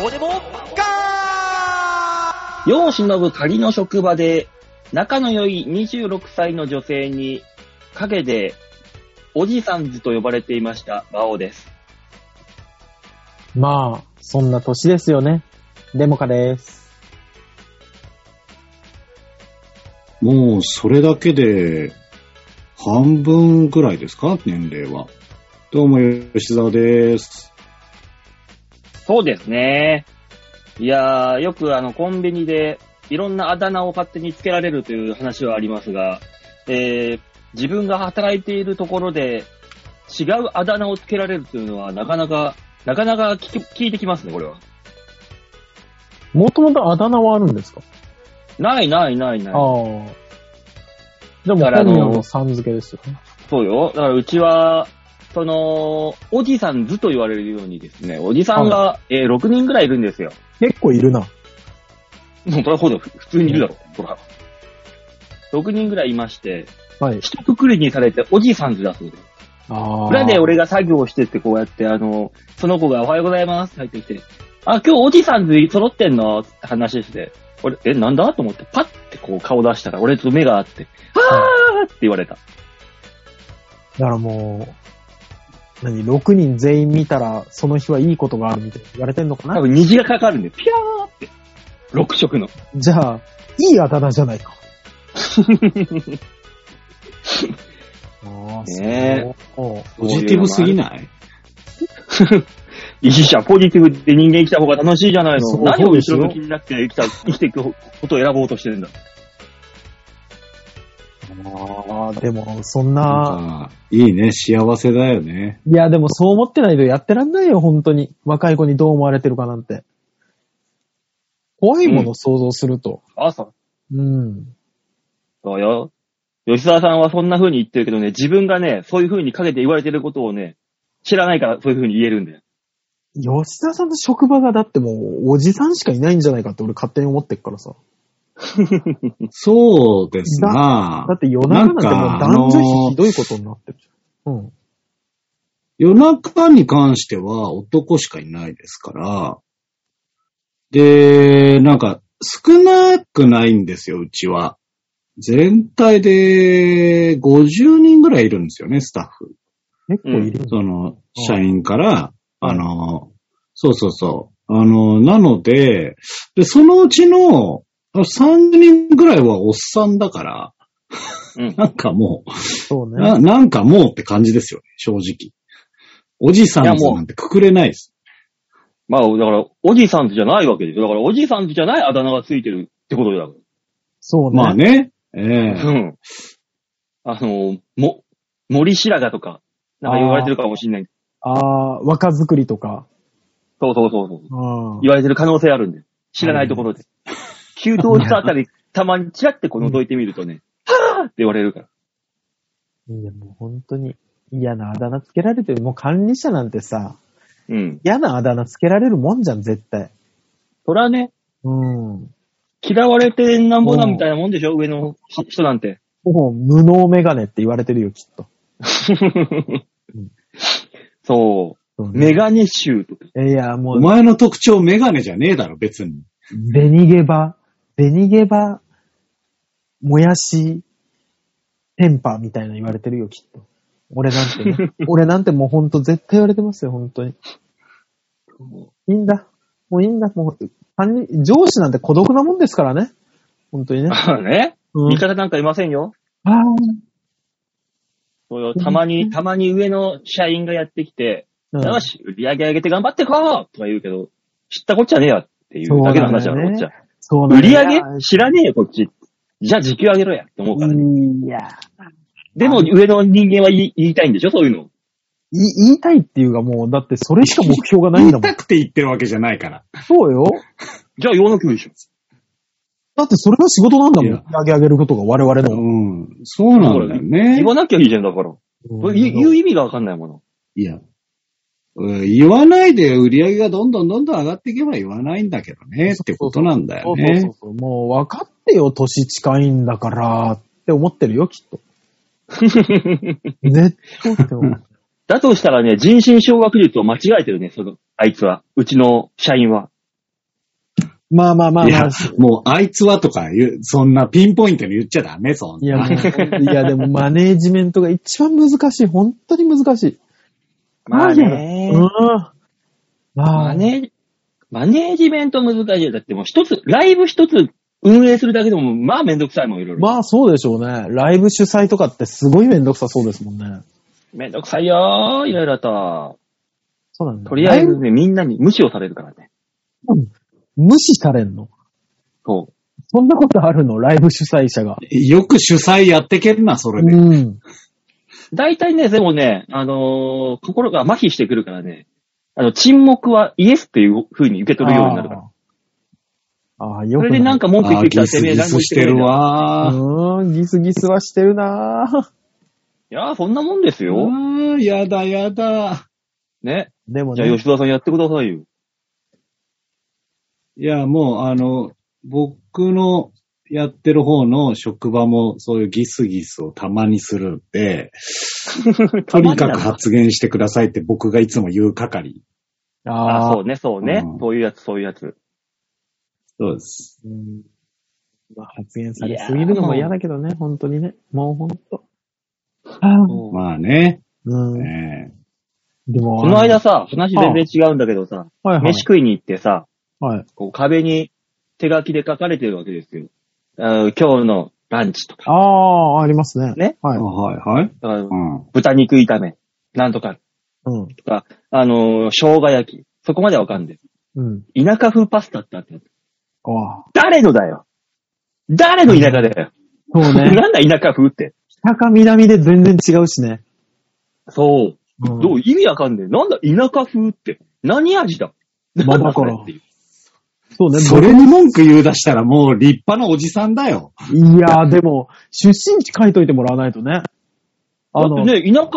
どうでもガー世を忍ぶ仮の職場で、仲の良い26歳の女性に、陰で、おじさんずと呼ばれていました、馬王です。まあ、そんな年ですよね。デモカです。もうそれだけで、半分ぐらいですか年齢は。どうも、吉沢です。そうですね。いやー、よくあの、コンビニで、いろんなあだ名を勝手につけられるという話はありますが、えー、自分が働いているところで、違うあだ名をつけられるというのは、なかなか、なかなか聞き聞いてきますね、これは。もともとあだ名はあるんですか、ないないないない。ああ。でだも、からあ本の名のさん付けですよね。そうよ。だからうちは、その、おじさんずと言われるようにですね、おじさんが、えー6人ぐらいいるんですよ。結構いるな。もうそれほど普普通にいるだろ、ほら。6人ぐらいいまして、はい。一括りにされておじさんずだそうです。ああ。裏で俺が作業してってこうやって、あの、その子がおはようございますって入ってきて、あ、今日おじさんず揃ってんのって話して、俺、え、なんだと思って、パッてこう顔出したら、俺と目があって、あーって言われた。だからもう、何、6人全員見たら、その日はいいことがあるみたいに言われてんのか多な分虹がかかるんで、ピャーって。6色の。じゃあ、いいあだ名じゃな いか。ああ、ねそう。ポジティブすぎない いいじゃん、ポジティブって人間生きた方が楽しいじゃないその。う何をそうです後ろよ向きになって生きた、生きていくことを選ぼうとしてるんだ。ああ、でも、そんな、なんかいいね、幸せだよね。いや、でもそう思ってないとやってらんないよ、本当に。若い子にどう思われてるかなんて。怖いもの想像すると。あ、そう。うん。そうよ。吉沢さんはそんな風に言ってるけどね、自分がね、そういう風にかけて言われてることをね、知らないからそういう風に言えるんだよ。吉田さんの職場がだってもう、おじさんしかいないんじゃないかって俺勝手に思ってっからさ。そうですなだって夜中なんてもう男女比ひどいことになってるじゃん。うん。夜中に関しては男しかいないですから。で、なんか少なくないんですよ、うちは。全体で50人ぐらいいるんですよね、スタッフ。結構いるんだ。その、社員から、あの、そうそうそう。あの、なので、で、そのうちのあ30人ぐらいはおっさんだから、うん。 なんかもそうねう、な。なんかもうって感じですよね、正直。おじさんズなんてくくれないです。まあ、だから、おじさんじゃないわけですよ。だから、おじさんじゃないあだ名がついてるってことだかそうね。まあね。ええら。うん。あの、も、森白髪とか、なんか言われてるかもしんない。ああ、若作りとか。そうそうそうそう。ああ。言われてる可能性あるんで。知らないところで。給湯室あたり、たまにチラってこう覗いてみるとね、はぁって言われるから。いや、もう本当に嫌なあだ名つけられてる。もう管理者なんてさ、うん。嫌なあだ名つけられるもんじゃん、絶対。そらね、うん。嫌われてなんぼなんみたいなもんでしょ上のひ人なんて。もう無能メガネって言われてるよ、きっと。そう。メガネ臭とか。いや、もおう、前の特徴メガネじゃねえだろ、別に。ベニゲバ、ベニゲバ、もやし、テンパみたいな言われてるよ、きっと。俺なん てね、俺なんてもうほんと絶対言われてますよ、本当に。いいんだ。もういいんだ。もう、管理上司なんて孤独なもんですからね。本当にね。まあね。うん味方なんかいませんよ。あそうよたまに、たまに上の社員がやってきて、ーよし、売り上げ上げて頑張ってこうとか言うけど、知ったこっちゃねえやっていうだけの話だから、こっちは。そうなん売だりよ上げ知らねえよ、こっち。じゃあ時給上げろやって思うからね。いや、でも上の人間は言い言いたいんでしょそういうの。い言いたいっていうかもう、だってそれしか目標がない言んい だもんた。くて言ってるわけじゃないから。そうよ。じゃあ世の給でしょ。だってそれが仕事なんだもん。いや上げ上げることが我々の。うん。そうなんだよね言。わなきゃいいじゃん、だから。うん言う言う意味がわかんないもの。いや。うん言わないで売り上げがどんどんどんどん上がっていけば言わないんだけどね、ってことなんだそようそうそねう。そう。もう分かってよ、年近いんだから、って思ってるよ、きっと。 絶対って思う。だとしたらね、人心掌握術を間違えてるね、その、あいつは。うちの社員は。まあまあまあいまあや。、もうあいつはとか言う、そんなピンポイントに言っちゃダメ、そんいや、もな。ういやでもマネージメントが一番難しい。本当に難しい。まあうねん。。まマあね。ネー、マネージメント難しいよ。だってもう一つ、ライブ一つ運営するだけでも、まあめんどくさいもん、いろいろ。まあそうでしょうね。ライブ主催とかってすごいめんどくさそうですもんね。めんどくさいよー、いろいろと。そうなんだ。とりあえライずね、みんなに無視をされるからね。ブ無視されんのそう。そんなことあるのライブ主催者が。よく主催やってけんな、それで。うん。大体ね、でもね、あのー心が麻痺してくるからね、あの、沈黙はイエスっていう風に受け取るようになるから。あーあー、よそくれでなんか、か文句言あっーてきたら、ギてスめえギ何もスしてくれるないんだ。わー。うーん、ギスギスはしてるなぁ。いやー、そんなもんですよ。あーやだやだ。ね。 でもじゃあ、ね、吉田さんやってくださいよ。いや、もう、あの、僕のやってる方の職場もそういうギスギスをたまにするんで、とにかく発言してくださいって僕がいつも言う係。あー、ああそうね、そうねう。んそういうやつ、そういうやつ。そうです。うんまあ、発言されすぎるのも嫌だけどね、本当にね。もう本当。あーこまあね。うん。ねでも、の間さ、話全然違うんだけどさ、はいはい飯食いに行ってさ、はい。こう壁に手書きで書かれてるわけですよ。あー今日のランチとか、ああ、ありますね。ね。はあい。はいはい。だからうん。豚肉炒め、なんとかうん。とか、あのー生姜焼き。そこまではわかんない。うん。田舎風パスタってあったやつああ。誰のだよ誰の田舎だよ、そう ね。なんだ田舎風って。北か南で全然違うしね。そう。うんどう意味わかんねえ。なんだ田舎風って。何味だまなあんだそれだからっていうそうね。それに文句言う出したらもう立派なおじさんだよ。いやー、でも、出身地書いといてもらわないとね。あの、だってね、田舎、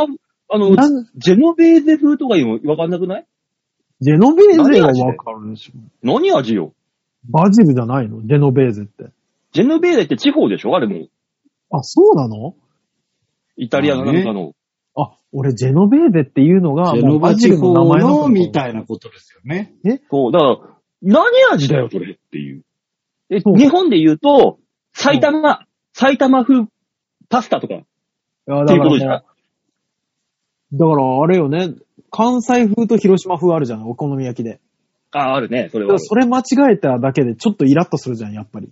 あの、なんジェノベーゼ風とかいうのわかんなくないジェノベーゼがわかるでしょ。何味よバジルじゃないのジェノベーゼって。ジェノベーゼって地方でしょあれも。あ、そうなのイタリアのなんかの。あ、俺、ジェノベーゼっていうのが、ジェもノうババジ地ルの方名前のみい。たいなことですよね。そう、だから、何味だよ、それっていう。え、そう日本で言うと、埼玉、埼玉風パスタとか、いや、ってだいうこからもとう、じゃないだからあれよね、関西風と広島風あるじゃん、お好み焼きで。ああ、あるね、それだかはら。それ間違えただけでちょっとイラッとするじゃん、やっぱり。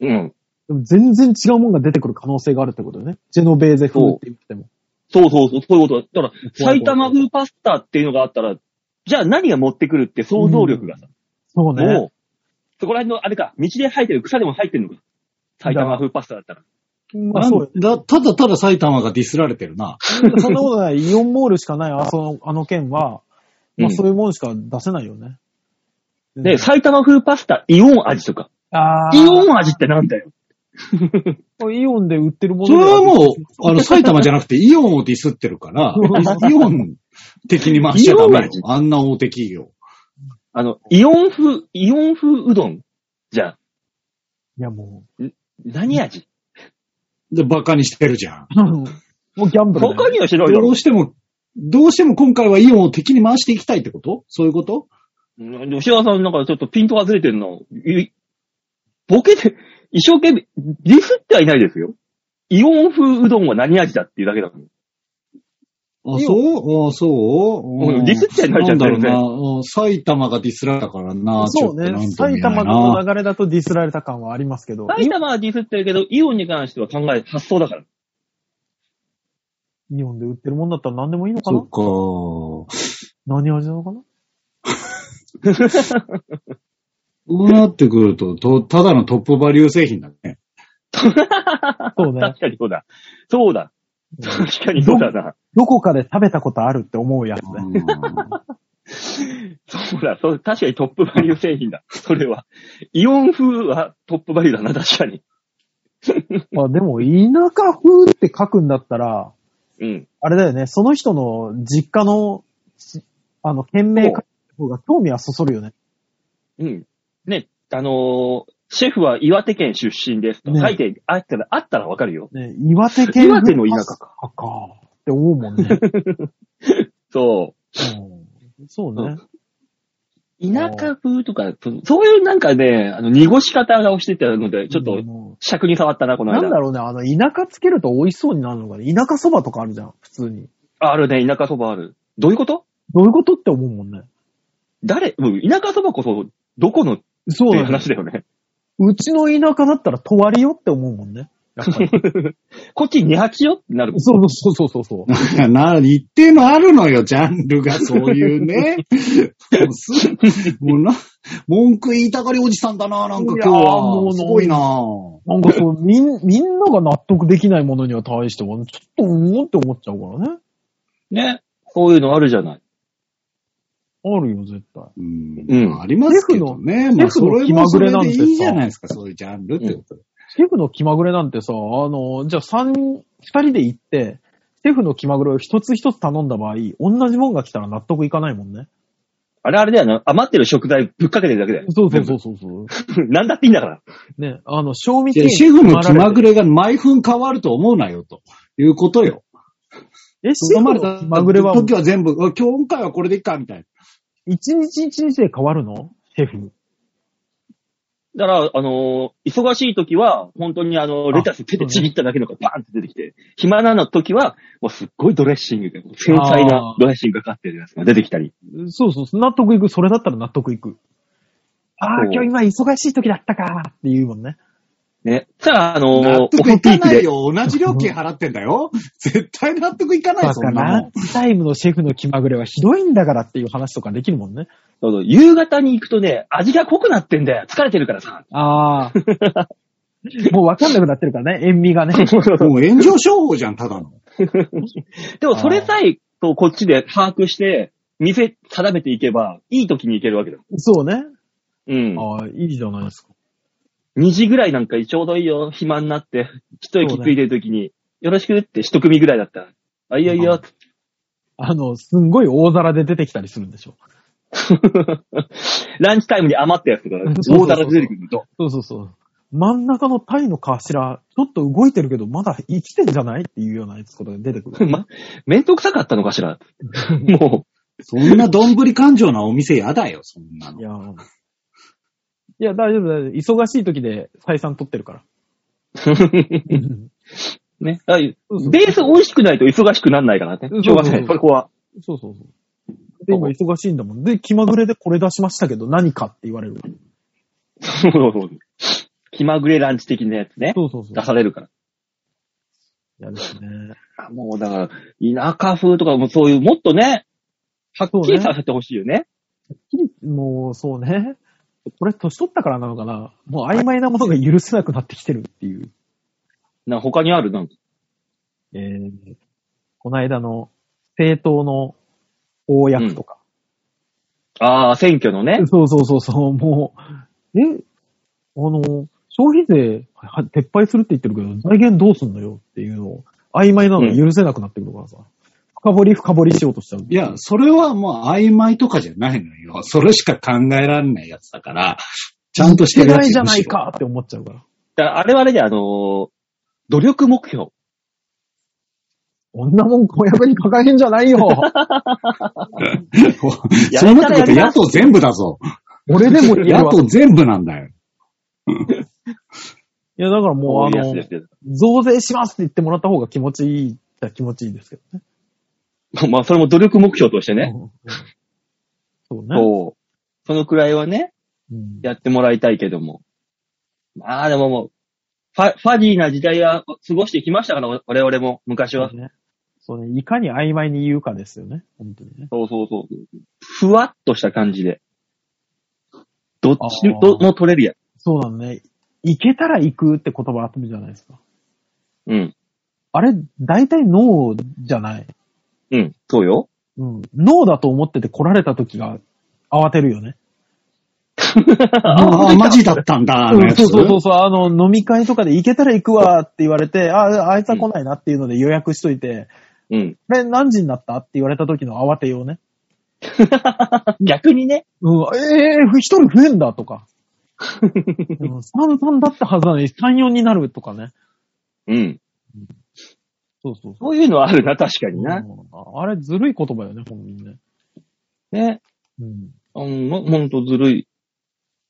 うん。でも全然違うもんが出てくる可能性があるってことよね。ジェノベーゼ風って言っても。そうそうそう、そういうことだ。だから、埼玉風パスタっていうのがあったら、じゃあ何が持ってくるって想像力がさ、そうね。もう、そこら辺の、あれか、道で生えてる草でも入ってるのか。埼玉風パスタだったら。まあそうよ。だただただ埼玉がディスられてるな。そんなことない。イオンモールしかない、あその、あの県は、まあそういうもんしか出せないよね。で、埼玉風パスタ、イオン味とか。あイオン味ってなんだよ。ンイオンで売ってるものそでれははもう、あの、埼玉じゃなくてイオンをディスってるから、 イオン的に回しちゃダ メよイ。あんな大手企業。あの、イオン風、イオン風うどん。じゃあ、いやも何味で、馬鹿にしてるじゃん。う、 もうギャンブルだよ。他には白いだどろう。しても、どうしても今回はイオンを敵に回していきたいってことそういうことうん吉田さんなんかちょっとピントがずれてるの。いボケて、一生懸命、ディスってはいないですよ。イオン風うどんは何味だっていうだけだもん。あ、イオそうあ、そううんうんディスってないじゃんなんだろう全な然うん。埼玉がディスられたからな。ちそょうっとね。なんとも言埼えない玉なの流れだとディスられた感はありますけど、埼玉はディスってるけど、イオンに関しては考え、発想だから。イオンで売ってるもんだったら何でもいいのかなそっか。何味なのかなそうなってくると、と、ただのトップバリュー製品だね。そう ね。確かにそうだ。そうだ。確かにそうだな。どこかで食べたことあるって思うやつね。うそうだ。そう確かにトップバリュー製品だ。それは。イオン風はトップバリューだな、確かに。まあでも、田舎風って書くんだったら、うん。あれだよね、その人の実家の、しあの、県名書いた方が興味はそそるよね。うん。ね、あのーシェフは岩手県出身ですとね書いてあったら、あったらわかるよ。ね岩手県岩手の田舎か。か。って 思うもんね。そう。うんそうね。田舎風とか、そういうなんかね、あの、濁し方が押してたので、ちょっと、尺に変わったな、この間。なんだろうね、あの、田舎つけると美味しそうになるのがね。田舎そばとかあるじゃん、普通に。あるね、田舎そばある。どういうことどういうことって思うもんね。誰、うん田舎そばこそ、どこのってそういうだね。話だよね。うちの田舎だったら、とわりよって思うもんね。やっぱりこっち28よってなる。そうそうそうそうそう。 な、一定のあるのよ、ジャンルが、そういうね。もうすもうな、文句言いたがりおじさんだな、なんか今日いやーもは。うすごいななんかそう、みん、みんなが納得できないものには対しては、ちょっと思って思っちゃうからね。ね。そういうのあるじゃない。あるよ、絶対。うんうんまあありますけどね。まあ、レフそのれ気もまそぐれれなんでてさいいじゃないですか、そういうジャンルってことで。シェフの気まぐれなんてさ、あの、じゃあ三人、二人で行って、シェフの気まぐれを一つ一つ頼んだ場合、同じもんが来たら納得いかないもんね。あれあれだよな。余ってる食材ぶっかけてるだけだよ。 そうそうそうそうそう。なんだっていいんだから。ね、あの、賞味期い限やシェフの気まぐれ。れが毎分変わると思うなよ、ということよ。え、シェ頼まれフたの気まぐれは、時は全部、あ今日回はこれでいいか、みたいな。一日一日で変わるのシェフ。だから、あのー忙しい時は、本当にあの、レタス手でちぎっただけのがバーンって出てきて、暇なの時は、もうすっごいドレッシングが、繊細なドレッシングがかかってるやつが出てきたり。そうそうそう、納得いく。それだったら納得いく。ああ、そう今日今忙しい時だったかーって言うもんね。ね。さあ、あのー納オ得フいピかークないで、よ。同じ料金払ってんだよ。 絶対納得いかない、だそかんら、なラもんン。チタイムのシェフの気まぐれはひどいんだからっていう話とかできるもんね。そうそう夕方に行くとね、味が濃くなってんだよ。疲れてるからさ。ああ。 もうわかんなくなってるからね、塩味がね。もう炎上商法じゃん、ただの。でも、それさえ、こうこっちで把握して、店定めていけば、いい時に行けるわけだ。 そうね。うん。ああ、いいじゃないですか。 2時ぐらいなんかちょうどいいよ、暇になって、一息ついてる時に、よろしくって一組ぐらいだったら、あ、いいよいいよ、あの、すんごい大皿で出てきたりするんでしょ。 ランチタイムに余ったやつとか、そうそうそう大皿で出てくると。そうそうそう。真ん中のタイの頭、ちょっと動いてるけど、まだ生きてんじゃないっていうようなやつことが出てくる。 ま、面倒くさかったのかし らもそんなどんぶり感情なお店やだよ、そんないの。やーいや、大丈夫、大丈夫。忙しい時で採算取ってるから。う、 ね。あベース美味しくないと忙しくなんないからね。しょうがない。そうそそうそうこは。そうそうそう。で、今忙しいんだもん。で、気まぐれでこれ出しましたけど、何かって言われる。そうそうそう。気まぐれランチ的なやつね。そうそうそう。出されるから。いやですね。あもうだから、田舎風とかもそういう、もっとね、はっきりさせてほしいよね。もう、そうね。これ、年取ったからなのかな。もう曖昧なものが許せなくなってきてるっていう。な他にあるなんか。えー、この間の政党の公約とか。ああ、選挙のね。そうそうそうそう、もう、え、あの、消費税は撤廃するって言ってるけど、財源どうすんのよっていうのを、曖昧なのが許せなくなってくるからさ。深掘り深掘りしようとしちゃう。いや、それはもう曖昧とかじゃないのよ。それしか考えられないやつだから、ちゃんとしてる言やってなついじゃない。かって思っちゃうから。だからあれはあれで、あのー努力目標。こんなもん公約に掲げんじゃ ないよむしろそうなってくると野党全部だぞ。俺でも言えるわ野党全部なんだよ。いや、だからもう、あこいやのつ、ですけど増税しますって言ってもらった方が気持ちいいっちゃ気持ちいいですけどね。まあ、それも努力目標としてね。うんうんそうね。そう。そのくらいはね、うんやってもらいたいけども。まあ、でももう、ファファディーな時代は過ごしてきましたから、我我々も、昔はそう。ね。そうね。いかに曖昧に言うかですよね。本当にね。そうそうそう。ふわっとした感じで。どっちあーも取れるやつ。そうなんね。行けたら行くって言葉あってるじゃないですか。うん。あれ、大体ノーじゃない。うん。そうよ。うん。ノーだと思ってて来られた時が慌てるよね。 ああ、マジだったんだ、のうんやそつうそうそうそう。あの、飲み会とかで行けたら行くわって言われて、あ、あいつは来ないなっていうので予約しといて、うん。これ何時になったって言われた時の慌てようね。逆にね。うん、ええー、一人増えんだと か。うん、3、3だったはずなのに3、4になるとかね。うん。そうそうそそういうのはあるな、確かう。にな。うんあれずるい言葉よね、本人ね。ね。うん。うん、まほんとずるい。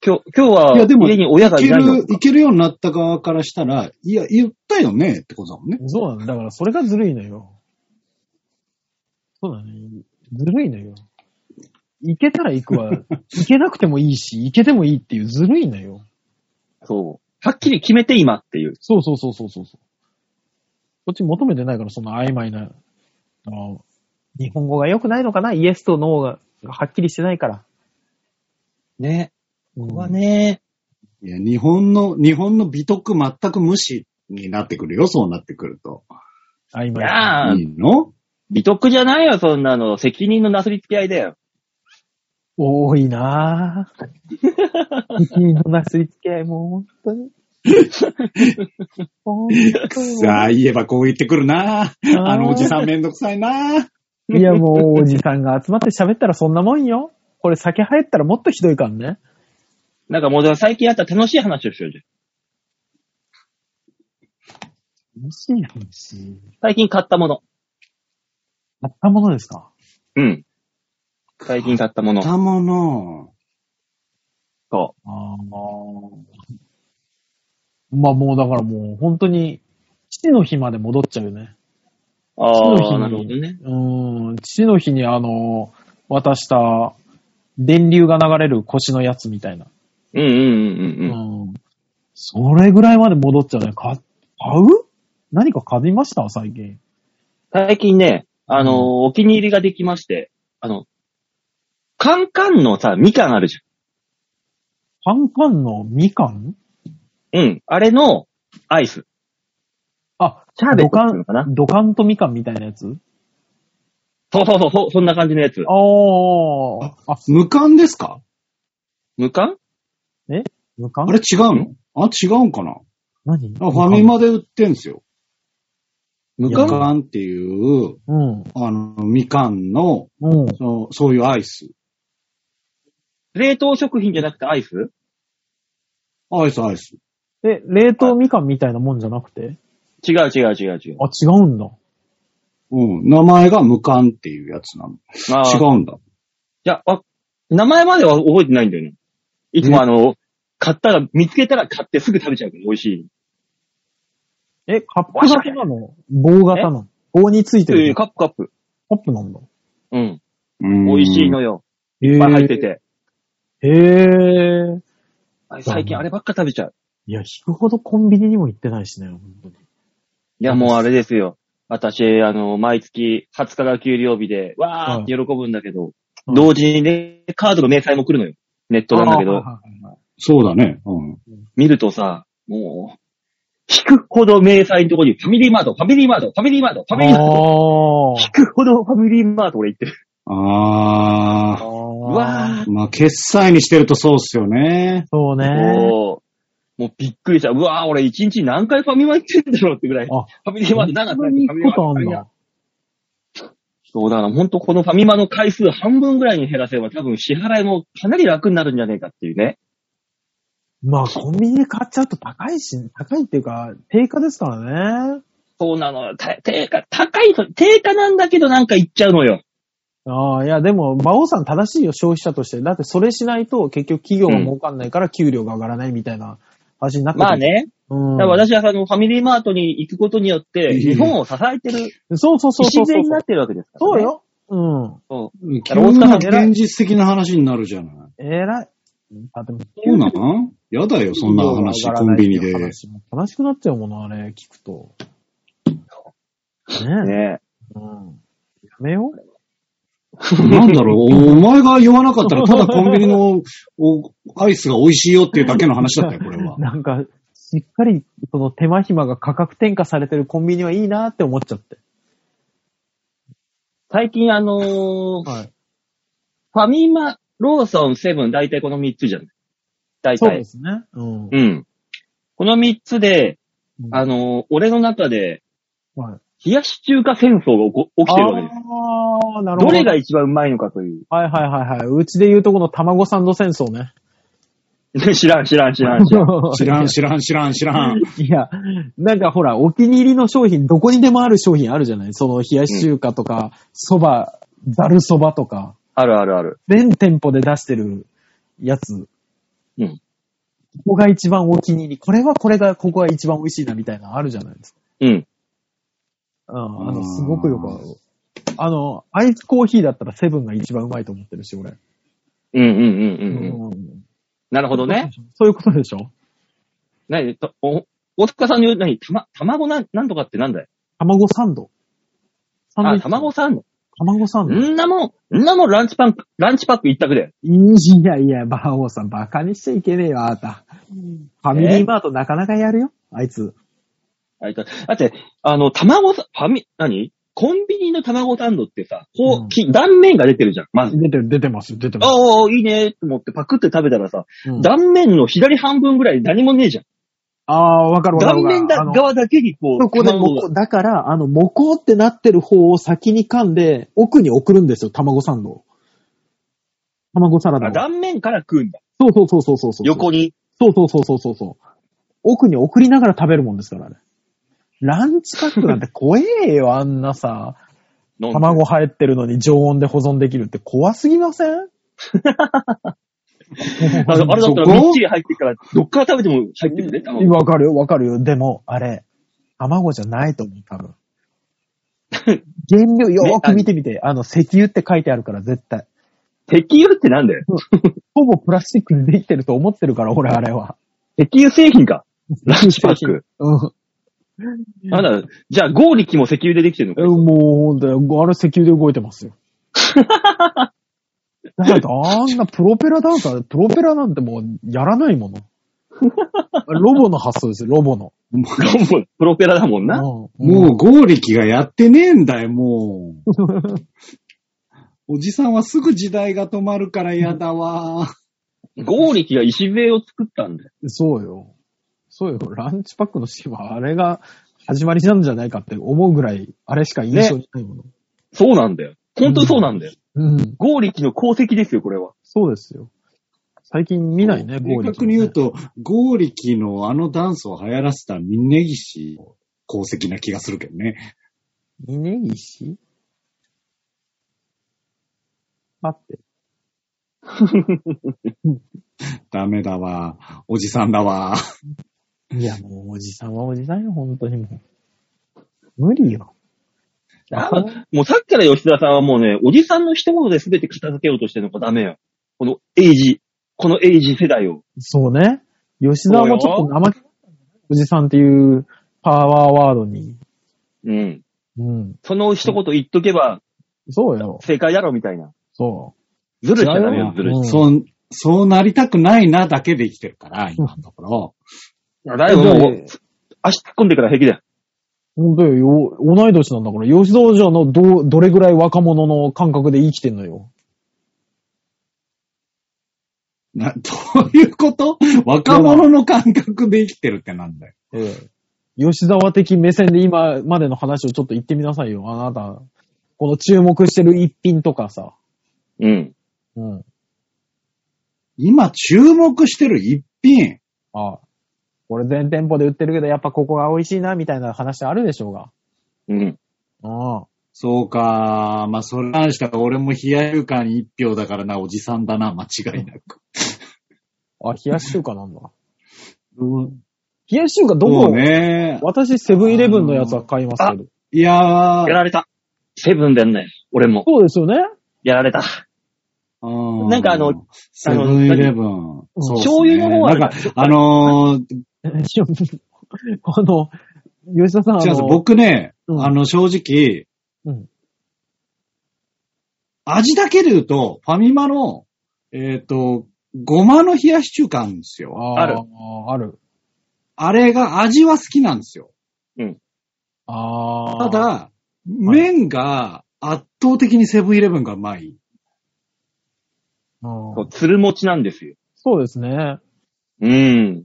今日、今日はいやでも家に親がいけないのる、いけるようになった側からしたら、いや、言ったよねってことだもんね。そうなんだ。だから、それがずるいのよ。そうだね。ずるいのよ。行けたら行くわ。行けなくてもいいし、 行けてもいいっていうずるいのよ。そう。はっきり決めて今っていう。そうそうそうそうそうそう。こっち求めてないから、その曖昧な。あの日本語が良くないのかなイエスとノーががはっきりしてないから。ね。うんここはね、いや、日本の、日本の美徳全く無視になってくるよ、そうなってくると。曖い昧。やーいいの美徳じゃないよ、そんなの。責任のなすりつき合いだよ。多いなぁ。責任のなすりつけ合い、もう本当に。本当にさあ、言えばこう言ってくるなあーあのおじさんめんどくさいないや、もうおじさんが集まって喋ったらそんなもんよ。これ酒入ったらもっとひどいからね。なんかもう最近あった楽しい話をしようじゃん。楽しい話。最近買ったもの。買ったものですかうん。最近買ったもの。たもの。そああ。まあもうだからもう本当に、父の日まで戻っちゃうよね。う。あ父あ、なのる日ほどに、ね。うーん、父の日にあの、渡した、電流が流れる腰のやつみたいな。うんうんうんうんうん。うん。それぐらいまで戻っちゃうね。か買う何か買いました最近。最近ね、あのー、お気に入りができまして、あの、カンカンのさ、みかんあるじパンパンのみかんゃん。うん。あれの、アイス。あ、シャーベットっていうのかなドカンとみかんみたいなやつそうそうそうそう、そんな感じのやつ。あー。あ、無感ですかむかんみかんあれ違うのあ、違うんかな何あファミマで売ってんすよ。む無かん感っていう、うん。あの、みかんの、うん。そのそういうアイス。冷凍食品じゃなくてアイスアイス、アイス。え、冷凍みかんみたいなもんじゃなくて違う違う違う違う。あ、違うんだ。うん。名前が無感っていうやつなの。あー違うんだ。いや、あ、名前までは覚えてないんだよね。いつもあの、買ったら、見つけたら買ってすぐ食べちゃうから、美味しい。え、カップ型なの棒型なの棒についてえるーカップカップ。カップなんだ。うん。美美味しい。のよ。へいっぱい入っえてて。へえ。あ最近あればっか食べちゃう。いや、引くほどコンビニにも行ってないしね、本当に。いや、もうあれですよ。私、あの、毎月20日が給料日で、わーって喜ぶんだけど、うん同時にね、カードの明細も来るのよ。ネットなんだけど、あー。はいはいはいそうだね。うん。見るとさ、もう、引くほど明細のところに、ファミリーマート、ファミリーマート、ファミリーマート、ファミリーマート、あー引くほどファミリーマート俺行ってる。ああー。うわーー。まあ、決済にしてるとそうっすよね。そうね。もう、もうびっくりした。うわぁ、俺一日何回ファミマ行ってんだろうってぐらい。あファミリーマート長くこないれにフ行ァくミマことあファんミマだ。そうだから、ほんとこのファミマの回数半分ぐらいに減らせば多分支払いもかなり楽になるんじゃねえかっていうね。まあ、コンビニで買っちゃうと高いし、高いっていうか、定価ですからね。そうなの。た定価、高いと、定価なんだけどなんか行っちゃうのよ。ああ、いや、でも、馬王さん正しいよ、消費者として。だって、それしないと、結局企業が儲かんないから、給料が上がらないみたいな話になってくる。まあ。ね。うんだから。私はそのファミリーマートに行くことによって、うん日本を支えてる、そうそうそうそう。礎になってるわけですから、そうね。。よ。うん。そう。急な現実的な話になるじゃない。えらい。あ、でも、そうなんやだよ、そんな話、コンビニで。話も悲しくなっちゃうもの、あれ、聞くと。ねえ。ねうん。やめよう。なんだろう、お前が言わなかったら、ただコンビニのおアイスが美味しいよっていうだけの話だったよ、これは。なんか、しっかり、その手間暇が価格転嫁されてるコンビニはいいなって思っちゃって。最近あのーはい。ファミマ、ローソン、セブン、大体この3つじゃない大そうで体。すね。うん。うん。この3つで、うんあのー俺の中で、はい。冷やし中華戦争が起こ起きてるわけです。ああ、なるどほど。れが一番うまいのかという。はいはいはいはい。うちで言うとこの卵サンド戦争ね。 知らん、知らん、知 らん、知らん。知らん、知らん、知らん、知らん。 いや、なんかほら、お気に入りの商品、どこにでもある商品あるじゃないその冷やし中華とか、そば、ざるそばとか。あるあるある。全店舗で出してるやつ。うん。ここが一番お気に入り。これはこれが、ここが一番美味しいなみたいなのあるじゃないですか。うん。うん。あの、すごくよくある。あの、アイスコーヒーだったらセブンが一番うまいと思ってるし、俺。うんうんうんううんうん。。なるほどね。。そういうことでしょなに、とお、大塚さんに言う、なに、たま、卵なん、なんとかってなんだよ。卵サンド。サンドイあ、ッチ卵サン卵サンド。ド。んなもん、んなもんランチパンク、ランチパック一択だよ。いやいや、バーオーさん、バカにしちゃいけねえよ、あなた。ファミリーマートなかなかやるよ、あいつ。あいつだって、あの、卵さ、ファミ、なにコンビニの卵サンドってさ、こう、うんき断面が出てるじゃん、まず。出てる、出てます、出てあまあ、いいねと思ってパクって食べたらさ、す。うん断面の左半分ぐらい何もねえじゃん。ああ、わかるわか断るわかる。面だあの側だけにこう、そこでも卵こが、だから、あの、もこうってなってる方を先に噛んで、奥に送るんですよ、卵サンドを。卵サラダあを。断面から食うんだ。そうそうそうそうそうそう。横に。そうそうそうそうそうそう。奥に送りながら食べるもんですから、あれ。ランチパックなんて怖え よ、あんなさ。飲んで卵入ってるのに常温で保存できるって怖すぎませんあのあれだったらそこみっちり入ってるから、どっから食べても入ってるね、卵。わかるよ、わかるよ。でも、あれ、卵じゃないと思う、多分。 原料、よーく見てみて、あの、石油って書いてあるから、絶対。石油ってなんだよ。ほぼプラスチックでできてると思ってるから、俺、あれは。石油製品か。ランチパック。うん。なんだ、じゃあ、合力も石油でできてるのえか。もう、ほんとにあれ石油で動いて ますよ。だってあんなプロペラダンサー、プロペラなんてもうやらない もの。ロボの発想ですよ、ロボの。ももうプロペラだもんな。うう、んもう合力がやってねえんだよ、もう。 おじさんはすぐ時代が止まるからやだわ。合力が石笛を作ったんだよ。そうよ。そうよ。ランチパックのシーンはあれが始まりなんじゃないかって思うぐらい、あれしか印象にないもの。そうなんだよ。本当にそうなんだよ。うん。合力の功績ですよ、これは。そうですよ。最近見ないね、正ゴーリ確に言うと、合力のあのダンスを流行らせた峰岸の功績な気がするけどね。峰岸待って。ダメだわ。おじさんだわ。いや、もうおじさんはおじさんよ、本当にもう。無理よ。あもうさっきから吉田さんはもうね、おじさんの一言で全て片付けようとしてるのかダメよ。このエイジ、このエイジ世代を。そうね。吉沢もちょっと怠け、おじさんっていうパワーワードに。うん。うん。その一言言っとけばそうよ。正解だろ、みたいな。そう。ずるしちゃダメ違うよよ、ずるうし。んそう、そうなりたくないなだけで生きてるから、今のところ。だいぶもう、足突っ込んでから平気だよ。本当よよ、同い年なんだから、吉沢じゃのど、どれぐらい若者の感覚で生きてんのよ。な、どういうこと若者の感覚で生きてるってなんだよ。ええ。吉沢的目線で今までの話をちょっと言ってみなさいよ。あなた、この注目してる一品とかさ。うん。うん。今注目してる一品。ああ。これ全店舗で売ってるけど、やっぱここが美味しいな、みたいな話あるでしょうが。うん。ああ。そうか。まあ、それに関しては俺も冷やゆかに一票だからな、おじさんだな、間違いなく。あ、冷やし中華なんだ。うん、 冷やし中華どそこ、うね。私、セブンイレブンのやつは買いますけど。いややー、られた。セブンだよね。俺も。そうですよね。やられた。うんなんかあの、セブンイレブン。そうっすね醤油の方はなんか、あのー、 あの、吉田さん、あ違うんですの、僕ね、うんあの、正直、うん味だけで言うと、ファミマの、えっ、と、ごまの冷やし中華あるんですよ。ああるあ、ある。あれが、味は好きなんですよ。ああ。た、だ、麺が圧倒的にセブンイレブンがうまい。うんこう、つるもちなんですよ。そうですね。うん。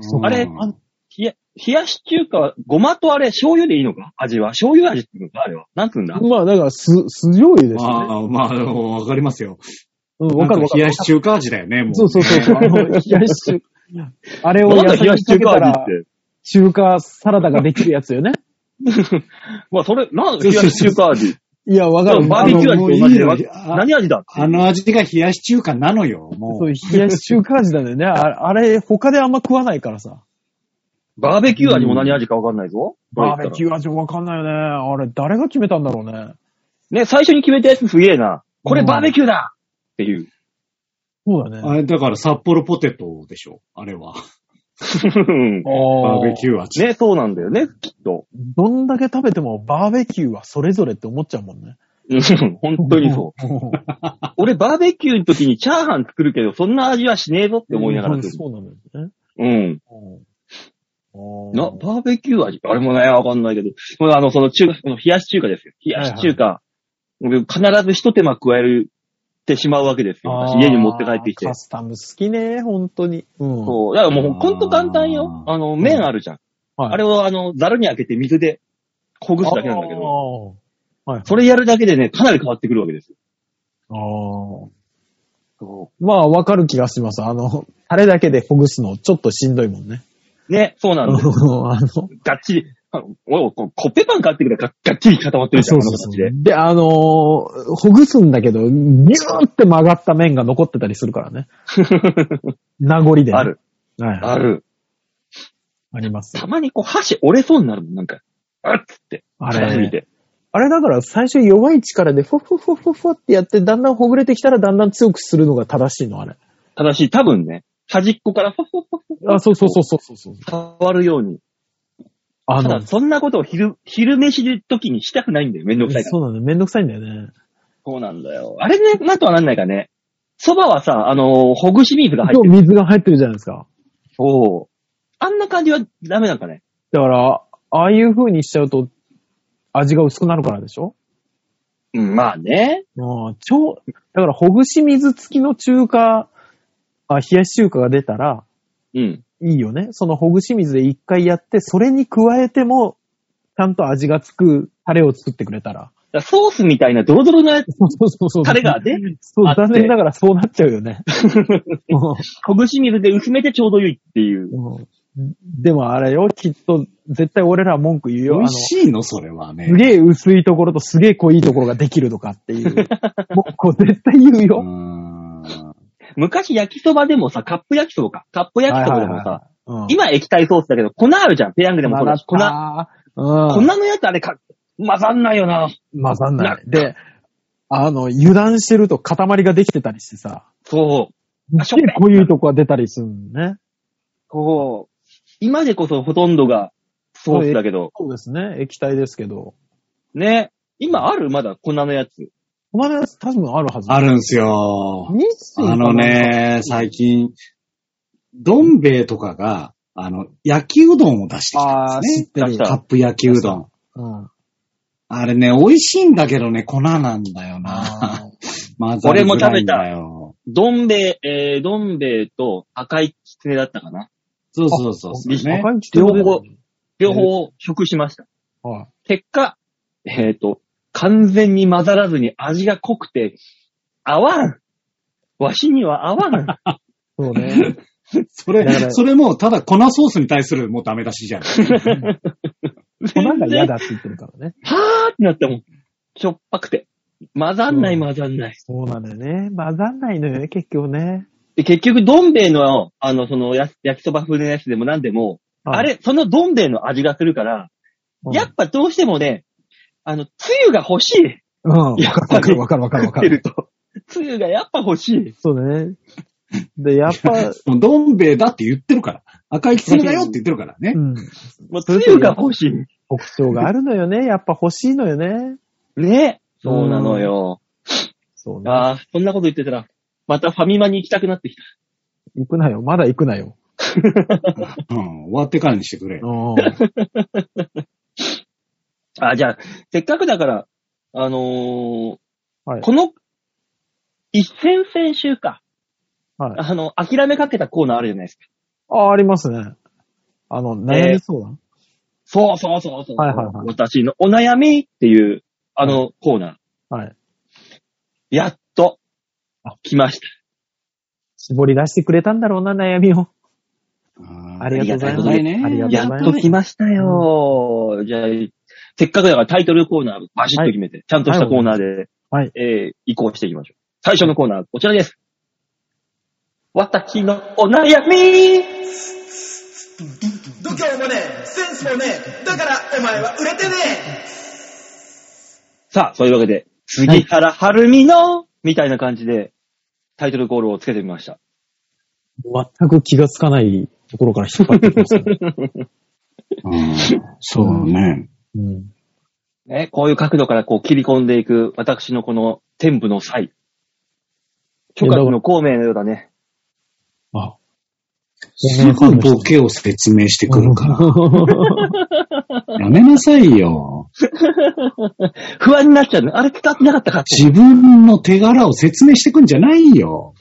そうあれうんあ冷や、冷やし中華は、ごまとあれ、醤油でいいのか味は。醤油味っていうのかあれは。なんつうんだまあ、だから、す、酢醤油ですよね。まあ、まあ、でもわかりますよ。うん、わかるわかなん冷るや。し中華味だよね、もう。そうそうそうそう。あの、冷やし中あれをなん野だ菜冷やにしか中け華た味っら、中華サラダができるやつよね。て。まあ、それ、なんだ冷やし中華味。いや、わかでる。もバーベキュー味と同じであのもういいよわ何味だってあの味が冷やし中華なのよ、もそうう、。冷やし中華味なんだよね。ああれ、他であんま食わないからさ。バーベキュー味も何味かわかんないぞ。バーベキュー。ュー味わかんないよね。あれ、誰が決めたんだろうね。ね、最初に決めたやつすげえな。これうんバーベキューだっていう。 そうだね。あれ、だから札幌ポテトでしょ、あれは。バーベキュー。ュー味。ね、そうなんだよね、きっと。 どんだけ食べてもバーベキューはそれぞれって思っちゃうもんね。うん本当にそう。う。俺バーベキューの時にチャーハン作るけど、そんな味はしねえぞって思いながらうん作る。 そうなんだよね。うん。うんな、バーベキュー味あれもね、わかんないけど。このあの、その中、この冷やし中華ですよ。冷やし中華。必ず一手間加えるってしまうわけですよ。私家に持って帰ってきてあーカ。スタム好きね、本当に。うん。そう。だからもう、ほんと簡単よ。ああの、麺あるじゃん。はいあれをあの、ザルに開けて水でほぐすだけなんだけど。ど。はい。それやるだけでね、かなり変わってくるわけですよ。あーそまあ、わかる気がします。あの、タレだけでほぐすの、ちょっとしんどいもんね。う。ね、そうなあんの、です。あの、そうがっちり。あのおい、こコッペパン買ってくれ。がっがっちり固まってるじゃん、そうあのそう形で。で、あのーほぐすんだけど、ギューって曲がった面が残ってたりする からね。名残で、ね。あ。る。はい。あ。る。あります。たまにこう、箸折れそうになるもん、なんか。あっつって。あ硬すぎれ、て。あれだから最初弱い力でフォフォフォフォフォってやって、だんだんほぐれてきたらだんだん強くするのが正しいの、あれ。ただし、多分ね、端っこからフォフォフォあ、そうそうそうそうそう。触るように。あたのだ、、そんなことを昼、昼飯で時にしたくないんだよ。めんどくさいから。そうなんだよ。めんどくさいんだよね。そうなんだよ。あれね、なんとはなんないかね。蕎麦はさ、あのーほぐし水が入今って日る。水が入ってるじゃないですか。そう。あんな感じはダメなんかね。だから、ああいう風にしちゃうと、味が薄くなるからでしょうん、まあね。うん、超、だから、ほぐし水付きの中華、あ、冷やし中華が出たら、うん。いいよね。そのほぐし水で一回やって、それに加えても、ちゃんと味がつくタレを作ってくれたら。だからソースみたいなドロドロなそうそうそうそう。タレがね、そうあ、って残念ながらそうなっちゃうよね。 うんほぐし水で薄めてちょうど良いっていう。うんでもあれよ、きっと、絶対俺ら文句言う美よ。あの味しいの、それは ねす。げえ薄いところとすげえ濃いところができるとかって いう。もう、こう絶対言ううーよ。ん昔焼きそばでもさ、カップ焼きそばか。カップ焼きそばでもさ、はいはいはい、今液体ソースだけど、粉あるじゃん。ペヤングでもそうだし。粉、粉、粉のやつあれか、混ざんないよな。うん。混ざんない。で、あの、油断してると塊ができてたりしてさ、そう。あすっげえ濃いとこが出たりするのね。こう、今でこそほとんどがソースだけど、そうですね。液体ですけど。ね。今あるまだ粉のやつ。お前のやつ多分あるはず。あるんすよ。日清かなあの。ね、最近、どん兵衛とかが、あの、焼きうどんを出してきたあんーですね知。ってる出しよ。カップ焼きうどん。うん。あれね、美味しいんだけどね、粉なんだよな。あ 混ざりづらいんだよどんべい、えー、どんべいと赤いきつねだったかな。そうそうそうーそう、ね。赤い人も出て両る方両方食しました。はい。結果、えっ、と、完全に混ざらずに味が濃くて、合わん。わしには合わ ん。そう ね。そだかられ、それもうただ粉ソースに対するもうダメ出しじゃん。粉が嫌だ。だって言ってるからね。はーってなってもん。しょっぱくて。混ざんない混ざんない。そうなんだよね。混ざんないのよね、結局ね。で、結局、どん兵衛の、あの、そのや、焼きそば風のやつでも何でも、あれ、そのどん兵衛の味がするから、うんやっぱどうしてもね、あの、つゆが欲しい。うん。わやっぱかりるわかるわかるわか食ってるる。と。つゆがやっぱ欲しい。 そうだね。で、やっぱ、もうどん兵衛だって言ってるから。赤いきつねだよって言ってるからねう。ん。もうつゆが欲しい。特徴があるのよね。やっぱ欲しいのよね。ね。そうなのよ。そうね。ああ、そんなこと言ってたら、またファミマに行きたくなってきた。行くなよ。まだ行くなよ。うん。終わってからにしてくれ。うん。あーじゃあ、せっかくだから、あのーはいこの、一先々週か。はいあの、諦めかけたコーナーあるじゃないですか。あ、ありますね。あの、悩み相談、そうそうそうそう。はいはいはい私のお悩みっていう、あのコーナー。はい。やっと、来ました。絞り出してくれたんだろうな、悩みを。あありがとうございますありがたね。ありがとうございますやっと来ましたよ。じゃあ、せっかくだからタイトルコーナーバシッと決めて、ちゃんとしたコーナーで、はい。えー、移行していきましょう。最初のコーナー、こちらです。私のお悩み度胸もねえセンスもねえだからお前は売れてねさあ、そういうわけで、杉原春美の、みたいな感じで、タイトルコールをつけてみました。全く気がつかないところから引っ張ってきますね。うん、そうね。 うん。ね、こういう角度からこう切り込んでいく、私のこの天部の際。諸葛の孔明のようだね。あ、すぐボケを説明してく るかうら。やめなさいよ。不安になっちゃうの。あれ伝わってなかったかって。自分の手柄を説明してくんじゃないよ。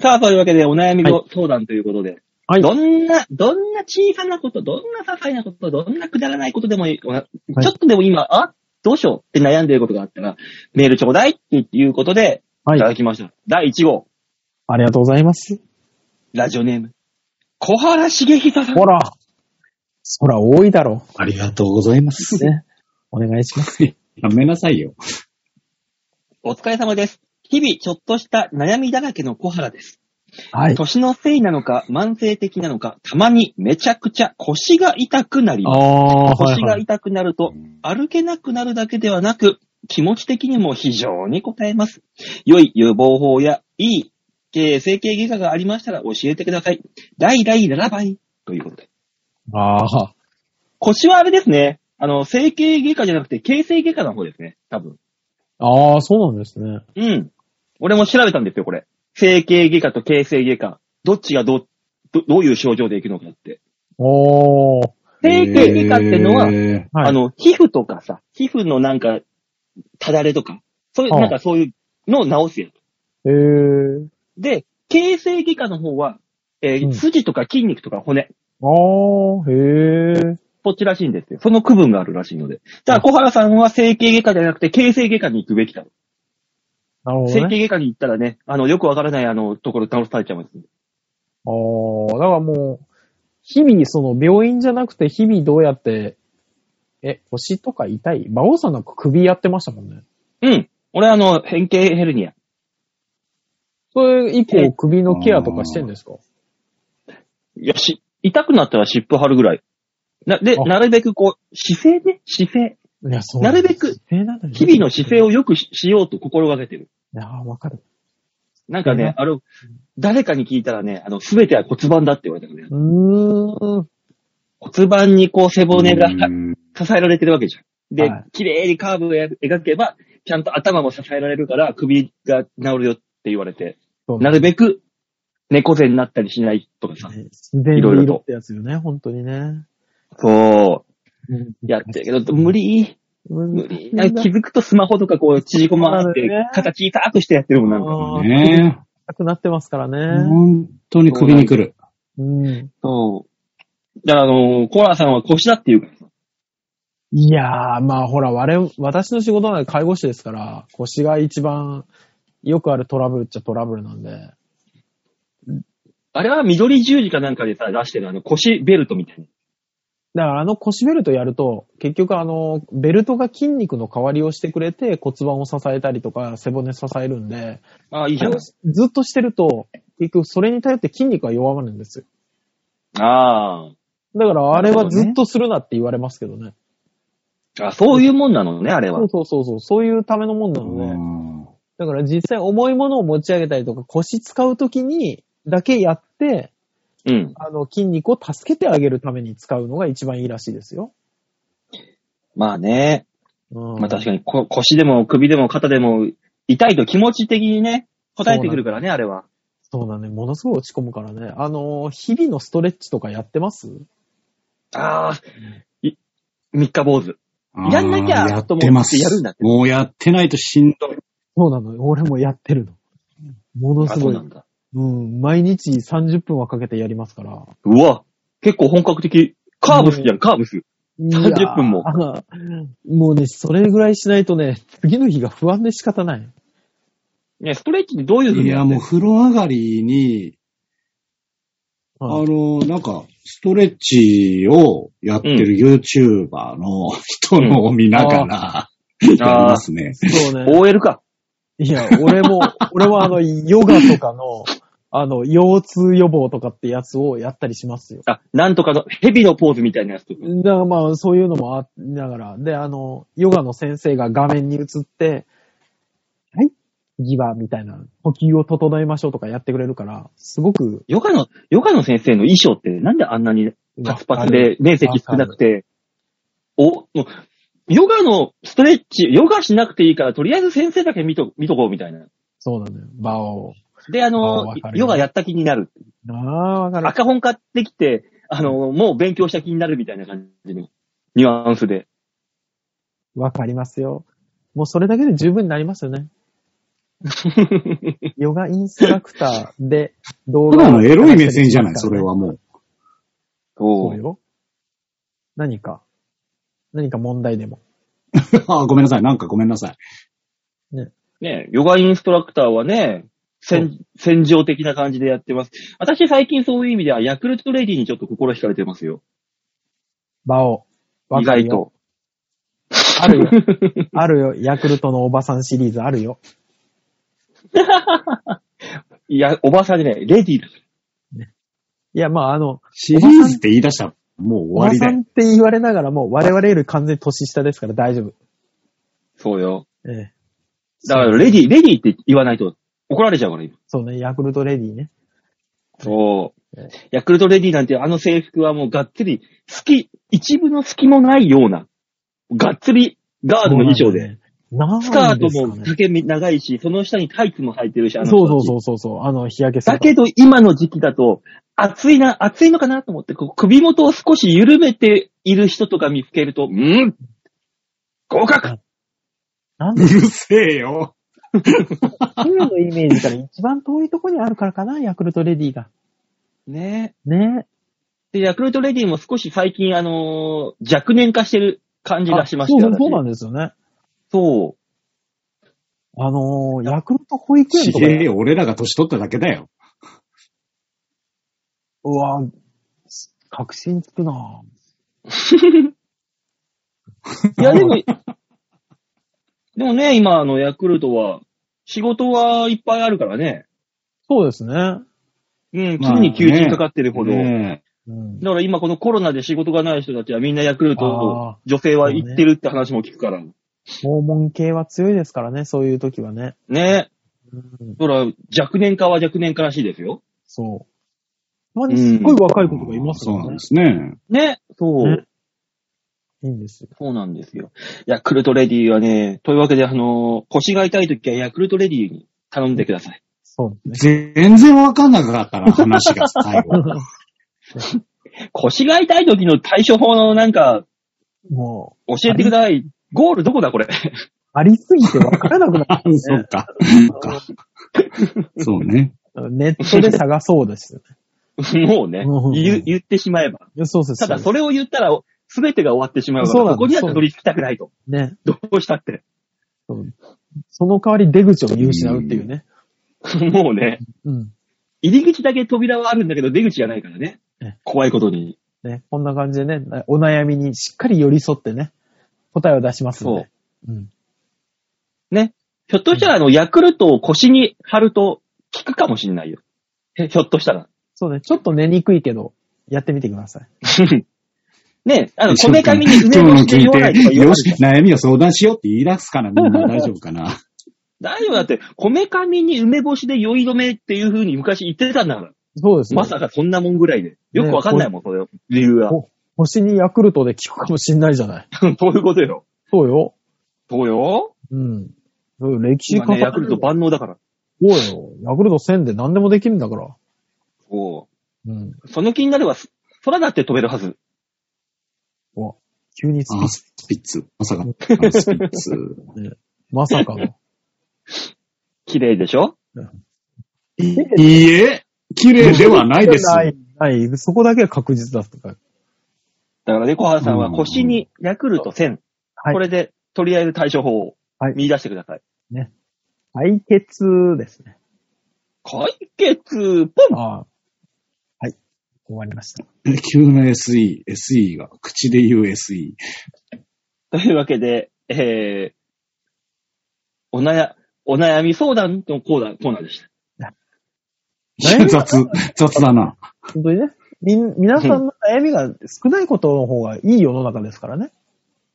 さあ、そういうわけでお悩みご相談ということで。はいどんな、どんな小さなこと、どんな些細なこと、どんなくだらないことでもいい。おなちょっとでも今、あ、どうしようって悩んでることがあったら、メールちょうだいっていうことで、はいいた。だきました。第1号、ありがとうございます。ラジオネーム、小原茂久さん。ほら。そら多いだろありがとうございます。う。ね。お願いします。やめなさいよ。お疲れ様です。日々、ちょっとした悩みだらけの小原です。はい。年のせいなのか、慢性的なのか、たまにめちゃくちゃ腰が痛くなりあます。あ、は腰い、がはい。痛くなると、歩けなくなるだけではなく、気持ち的にも非常に応えます。良い予防法や、いい、えー整形外科がありましたら教えてください。大々ならばい。ということで。ああ、腰はあれですね。あの、整形外科じゃなくて、形成外科の方ですね。多分。ああ、そうなんですね。うん。俺も調べたんですよ、これ。整形外科と形成外科。どっちがどう、どどういう症状でいくのかって。おー。整形外科ってのは、へはい、あの、皮膚とかさ、皮膚のなんか、ただれとか、そういう、ああなんかそういうのを治すやつ。えー。で、形成外科の方は、えーうん筋とか筋肉とか骨、ああ、へえ。こっちらしいんですよ。その区分があるらしいので。だから小原さんは整形外科じゃなくて形成外科に行くべきだろ。なるほ整どね。形外科に行ったらね、あの、よくわからないあの、ところ倒されちゃいます。ああ、だからもう、日々、その、病院じゃなくて、日々どうやって、え、腰とか痛い馬王さんなんか首やってましたもんね。うん。俺あの、変形ヘルニア。それ以降、首のケアとかしてんですかいや、し、痛くなったら湿布貼るぐらい。な、で、あなるべくこう、姿勢ね、姿勢。いや、そう。なるべく、えなんだ日々の姿勢をよくししようと心がけてる。いやーわかる。なんかうねん、あれ、誰かに聞いたらね、あの、すべては骨盤だって言われたのね。うーん。骨盤にこう背骨がうん支えられてるわけじゃん。ではい、綺麗にカーブを描けば、ちゃんと頭も支えられるから首が治るよって言われて、そうなるべく猫背になったりしないとかさ。自然いろいろとに色ってやつよね、本当にね。そう。やってるけど、無理。無無理。なんか気づくとスマホとかこう縮こまってそうだね、肩小さくしてやってるもんなんか。あーね硬くなってますからえ。ね。本当に首に来る。うん。そう。だからあのー、コアラさんは腰だっていうからさ。いやー、まあほら、我、私の仕事なんで介護士ですから、腰が一番よくあるトラブルっちゃトラブルなんで。あれは緑十字かなんかでさ、出してるあの腰ベルトみたいな。だからあの腰ベルトやると、結局あの、ベルトが筋肉の代わりをしてくれて骨盤を支えたりとか背骨支えるんで、ああ、いいじゃん。ずっとしてると、結局それに頼って筋肉が弱まるんですよ。あだからあれはずっとするなって言われますけどね。あ。あ、そういうもんなのね、あれはそう。そうそうそう、そういうためのもんなので、うんだから実際重いものを持ち上げたりとか腰使うときにだけやって、うん。あの筋肉を助けてあげるために使うのが一番いいらしいですよ。まあね。うん、まあ確かにこ腰でも首でも肩でも痛いと気持ち的にね、応えてくるからね、あれは。そうだね。ものすごい落ち込むからね。あのー、日々のストレッチとかやってますああ。い三日坊主。あーやんなきゃと思ってやってます。やるんだってもうやってないとしんどい。そうなの。俺もやってるの。ものあ、そすごうい。なうんだ。毎日30分はかけてやりますから。うわ。結構本格的。カーブスじゃん、カーブス。30分もいやー。 もうね、それぐらいしないとね、次の日が不安で仕方ない。ね、ストレッチってどういうふういにや、ってもう風呂上がりに、はいあの、なんか、ストレッチをやってる YouTuber の人のを見ながら、やりますね。そうね。 OL か。いや、俺 も、俺もあの、ヨガとかの、あの、腰痛予防とかってやつをやったりしますよ。あ、なんとかの、蛇のポーズみたいなやつとか。だからまあ、そういうのもありながら、で、あの、ヨガの先生が画面に映って、はい、ギバーみたいな、呼吸を整えましょうとかやってくれるから、すごく、ヨガの、ヨガの先生の衣装ってなんであんなにパツパツで面積少なくて、お、もう、ヨガのストレッチ、ヨガしなくていいから、とりあえず先生だけ見と、見とこうみたいな。そうなのよ、場を。で、ああーのわか、るよヨガやった気になる。ああ、わかる。赤本買ってきて、あの、もう勉強した気になるみたいな感じのニュアンスで。わかりますよ。もうそれだけで十分になりますよ ね。ヨガインストラクターで動た画だをのエロい目線じゃない、それはもう。そそうよ。何か、何か問題でも。あごめんなさい、なんかごめんなさい。ね、ヨガインストラクターはね、戦、戦場的な感じでやってます。私最近そういう意味では、ヤクルトレディにちょっと心惹かれてますよ。場を。わ意かる外よと。あるよ。 あるよ。ヤクルトのおばさんシリーズあるよ。いや、おばさんでね、レディだかいや、まあ、あの、シリーズって言い出したらもうお終わばりださんよ。って言われながらも、我々より完全に年下ですから大丈夫。ら。そうよ。ええ。だから、レディ、レディって言わないと怒られちゃうから、今。そうね、ヤクルトレディね。そうね。ヤクルトレディなんてあの制服はもうがっつり、隙、一部の隙もないような、がっつりガードの衣装で。。なんでスすかカーねトも丈長いし、その下にタイツも履いてるし、あの人そうたちそうそうそうそう。あの、日焼けするだけど今の時期だと、暑いな、暑いのかなと思って、こう首元を少し緩めている人とか見つけると、うん合格なん うでるせえよ。冬のイメージから一番遠いとこにあるからかな、ヤクルトレディが。ねねで、ヤクルトレディも少し最近、あのー若年化してる感じがしましたあそうそうなんだ。ですよね。そう。あのー、ヤクルト保育園ちとか。げえよ、俺らが年取っただけだよ。うわぁ、確信つくなぁ。いや、でも、 でもね、今、あの、ヤクルトは、仕事はいっぱいあるからね。そうですね。うん、まあ常に求人かかってるほど。ねうんだから今このコロナで仕事がない人たちはみんなヤクルトあを女性は行ってるって話も聞くから。ね訪問系は強いですからね、そういう時はね。うん、だから若年化は若年化らしいですよ。そう。たまにすっごい若い子とかいますそうよなんねで。すね。ね。そう。ねいいんですよ。そうなんですよ。ヤクルトレディはね、というわけで、あのー腰が痛い時はヤクルトレディに頼んでください。そうです全然わかんなかった な、話が最後。 ね。腰が痛い時の対処法のなんか、もう、教えてください。ゴールどこだこれ。 ありすぎてわからなくなあそっか。そうね。る。ネットで探 そうです。もうねうんうんうん、言う言ってしまえば。そうです。ただ、それを言ったら、すべてが終わってしまうかそうら、なんですここにはたどり着きたくないと。ね。どうしたって。 そうその代わり出口を見失うっていうね。もうね、うん。入り口だけ扉はあるんだけど、出口がないからねえ。怖いことに。ね。こんな感じでね、お悩みにしっかり寄り添ってね、答えを出しますので。うん。ひょっとしたら、あの、ヤクルトを腰に貼ると効くかもしんないよ。へひょっとしたら。そうね。ちょっと寝にくいけど、やってみてください。 ねあの、一こ緒めにかみに梅干今日のしで聞言わないとかいて、言わよないしでしょ。悩みを相談しようって言い出すからみんな大丈夫 かな。大丈夫だって、こめかみに梅干しで酔い止めっていう風に昔言ってたんだから。そうですねまさかそんなもんぐらいで。よくわかんないもん、それ理由は。星にヤクルトで効くかもしんないじゃない。 そういうことよ。そうよ。そうよ。うん。そう歴史今かね、ヤクルト万能だから。そうよ。ヤクルト1000で何でもできるんだから。そうん。う。その気になれば、す空だって飛べるはず。わ、急にスピあ、ッツスピッツ。まさかのスピッツ。 まさかの。綺麗でしょいいえ、綺麗ではな いです。 ない、ない。そこだけは確実だとか。だからね、小原さんは腰にヤクルト1000。はいこれで、とりあえず対処法をはい見出してください。解決ですね。解決、ポンああ。終わりました。急な SE、SE が、口で言う SE。 というわけで、えー、おなや、お悩み相談のコーナー、コーナーでした。え雑、雑だな。本当にね、みん、皆さんの悩みが少ないことの方がいい世の中ですからね。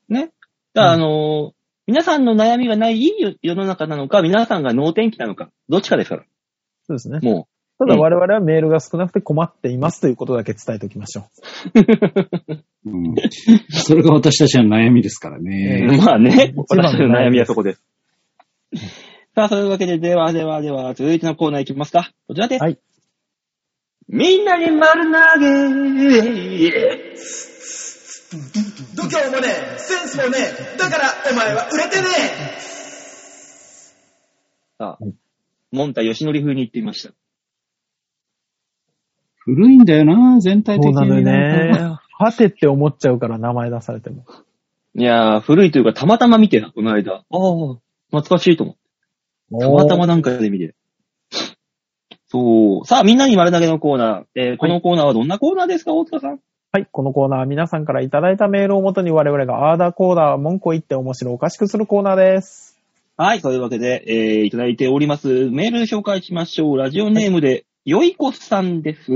ね。だから、あのー皆さんの悩みがないいい世の中なのか、皆さんが脳天気なのか、どっちかですから。そうですね。もただ我々はメールが少なくて困っていますということだけ伝えておきましょうん。 それが私たちの悩みですからう。ね。まあね、一番の私の悩みはそこです。さあ、そういうわけで、ではではでは、続いてのコーナーいきますか。こちらです。はいみんなに丸投げ度胸もねえセンスもねえだからお前は売れてねさあ、モンタヨシノリ風に言ってみました。古いんだよな、全う。体的そうに。なのよね。はてって思っちゃうから名前出されても。いやー、古いというか、たまたま見てた、この間。ああ、懐かしいと思って。たまたまなんかで見て。そう。さあ、みんなに丸投げのコーナー。えーこのコーナーはどんなコーナーですか、大塚さん。はい、このコーナーは皆さんからいただいたメールをもとに我々がアーダーコーダー文句を言って面白おかしくするコーナーです。はい、というわけで、えーいただいております。メール紹介しましょう。ラジオネームで、よいこさんです。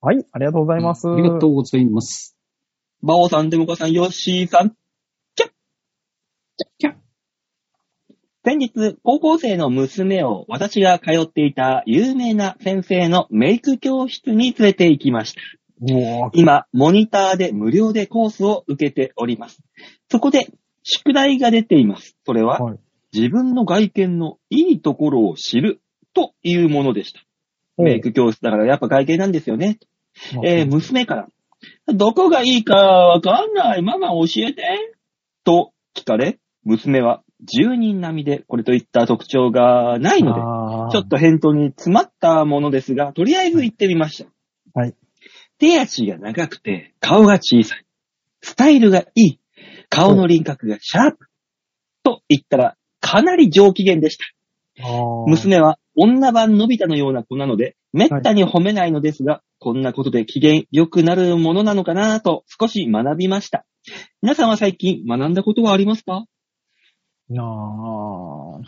はい、ありがとうございます。ありがとうございます。バオさん、デモカさん、ヨッシーさん。キャッキャッキャッ先日、高校生の娘を私が通っていた有名な先生のメイク教室に連れて行きました。おー今、モニターで無料でコースを受けております。そこで、宿題が出ています。それは、はい自分の外見のいいところを知るというものでした。メイク教室だからやっぱ外見なんですよね。おえー娘から、どこがいいかわかんない、ママ教えて。と聞かれ、娘は10人並みでこれといった特徴がないので、あーちょっと返答に詰まったものですが、とりあえず行ってみました。はい。手足が長くて、顔が小さい。スタイルがいい。顔の輪郭がシャープ。と言ったら、かなり上機嫌でした。あー娘は女版のび太のような子なので、めったに褒めないのですが、こんなことで機嫌良くなるものなのかなと少し学びました。皆さんは最近学んだことはありますかなあ。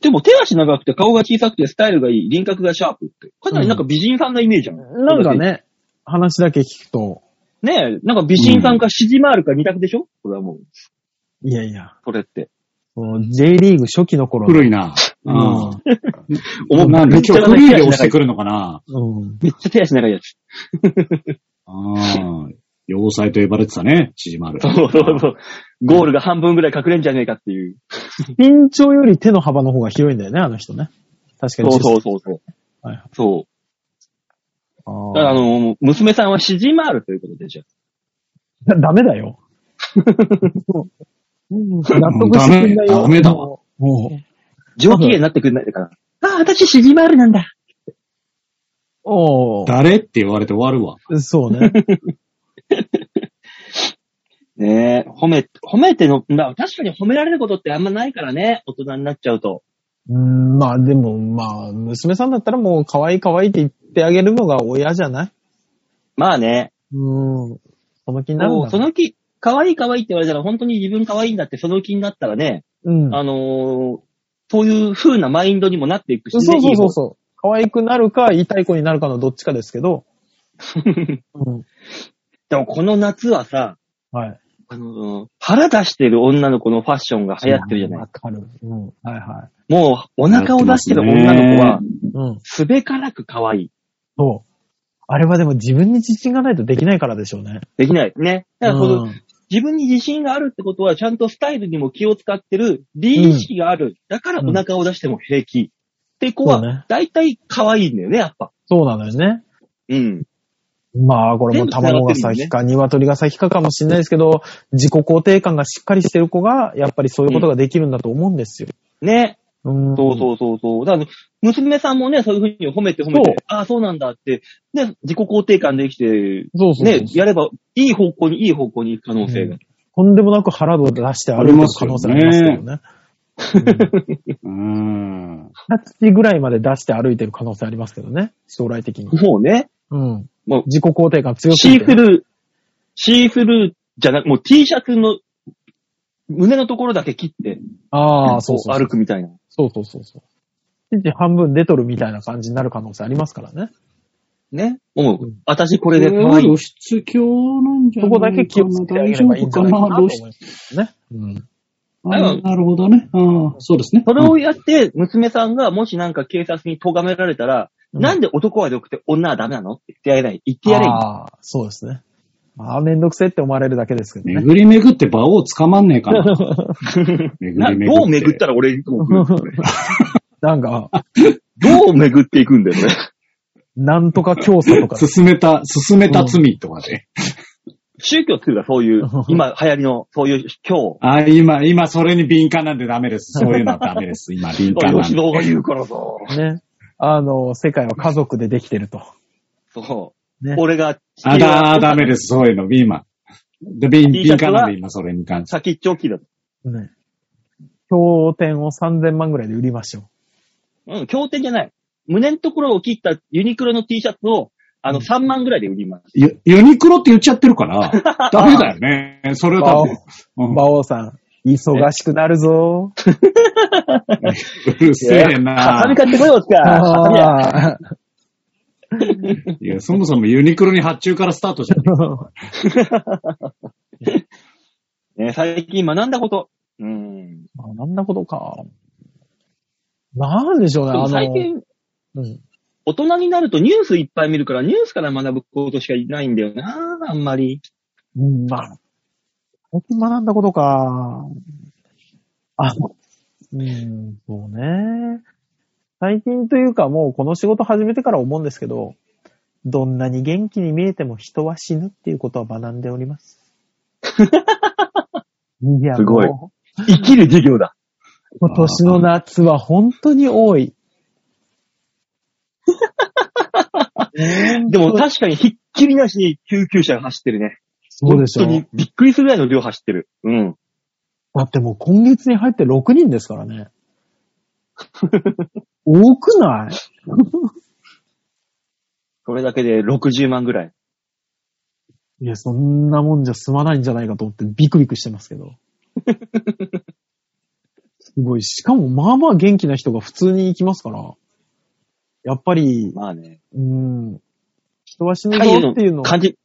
でも手足長くて顔が小さくてスタイルがいい、輪郭がシャープって。かなりなんか美人さんなイメージじゃん。なんか。ね、話だけ聞くと、ねえ、なんか美人さんかシジマールか二択でしょこれはもう、いやいや、それって。その J リーグ初期の頃の古いな。う。うん。おなんでめっちゃ今日フリーで押してくるのかなんうん。めっちゃ手足長いやつ。うん。要塞と呼ばれてたね、縮まる。そうそうそう。ゴールが半分ぐらい隠れんじゃねえかっていう。身長より手の幅の方が広いんだよね、あの人ね。確かに。。そうそううそうそう。はいはいそう。あだからあーの、娘さんはシジマールということでしょ。だダメ だよ。納得してくんないよ。ダメダメだわもう。もう上機嫌になってくんないから。ああ、私シジマールなんだ。おー誰って言われて終わるわ。そ うね。ねえ、褒め、褒めての、まあ確かに褒められることってあんまないからね、大人になっちゃうと。うん、まあでも、まあ、娘さんだったらもう可愛い可愛いって言ってあげるのが親じゃないまあね、うん。その気になるんもだうその気、可愛い可愛いって言われたら本当に自分可愛いんだってその気になったらね、うん。あのーそういう風なマインドにもなっていくし、そうね、そうそううそう。可愛くなるか、痛い子になるかのどっちかですけど。うん。 でもこの夏はさ、はい。あのー腹出してる女の子のファッションが流行ってるじゃないわ。かる。うん。はいはもうお腹を出してる女の子は、い。うん。すべからく可愛い。そう。あれはでも自分に自信がないとできないからでしょうね。できない。ね。だからこのうん自分に自信があるってことは、ちゃんとスタイルにも気を使ってる、美意識がある。だからお腹を出しても平気。って子そうねは、だいたい可愛いんだよね、やっぱ。そうなのよね。うん。まあ、これも卵が先か、鶏が先かかもしれないですけど、自己肯定感がしっかりしてる子が、やっぱりそういうことができるんだと思うんですよ。ね。うん。そうそうそうそう。だから、娘さんもね、そういうふうに褒めて褒めそうて、ああ、そうなんだって、ね、自己肯定感できて、そうそうそう。ね、やれば、いい方向に、いい方向に行く可能性が。とんでもなく腹を出して歩く可能性ありますけどね。う二ん。十歳ぐらいまで出して歩いてる可能性ありますけどね。将来的に。もうね、 うん。も自己肯定感強う、くシーフルー、シーフルーじゃなく、もう T シャツの胸のところだけ切って、ああ、こそうそうそう。歩くみたいな。そうそうそうそう。一日半分出とるみたいな感じになる可能性ありますからね。ね。思う。うん私これで可こ愛れいは露。出鏡なんじゃそないこかなだけ気をつけてあげればいいんじゃないかなと大思い丈夫かなますね。うん。なあなるほどね。ああ、そうですね。それをやって、娘さんがもしなんか警察に咎められたら、なんで男は良くて女はダメなのって言ってやれない。言ってやれんよああ、そうですね。まあ、めんどくせえって思われるだけですけどね。巡り巡って場を捕まんねえか な。な巡り巡って。どう巡ったら俺にこう来 るのこれなんか、どう巡っていくんだよ、ね。なんとか教唆とか。進めた、進めた罪とかで。 宗教っていうかそういう、今流行りの、そういう教。ああ、今、今それに敏感なんでダメです。そういうのはダメです。 今、敏感なん吉で。野が言うからぞ。ね。あの、世界は家族でできてると。そう。ね俺が地球あだ、ダメで。です。そういうの、今。で、敏 T シャ敏ツは感なんで、今、それに関して。先っちょきだ。ね。経典を3000万ぐらいで売りましょうん、経典じゃない。胸のところを切ったユニクロの T シャツを、あの、3万ぐらいで売ります。ユユニクロって言っちゃって るから、ダメだよね。それう。馬は多王分。、うん馬王さん、忙しくなるぞ。うるせえハサなミ。買ってこようか。ハサミや。ああ。いや、そもそもユニクロに発注からスタートじゃん。ね、最近学んだこと。うん。あなんだことか。なんでしょうでね、あのも、最近、うん、大人になるとニュースいっぱい見るから、ニュースから学ぶことしかいないんだよな、あんまり。うん、まあ、最近学んだことか。あの、うん、そうね。最近というかもうこの仕事始めてから思うんですけど、どんなに元気に見えても人は死ぬっていうことは学んでお ります。いや、すごいも生きる授業だ。う今年の夏は本当に多い。でも確かにひっきりなしに救急車が走ってるね。そうでしょう本当にびっくりするぐらいの量走ってる。うん。だってもう今月に入って6人ですから ね。多くないそれだけで60万ぐらい。いや、そんなもんじゃ済まないんじゃないかと思ってビクビクしてますけ ど。すごい。しかも、まあまあ元気な人が普通に行きますから。やっぱり、まあね。うん。人は死ぬぞ太陽っていうのの感じ、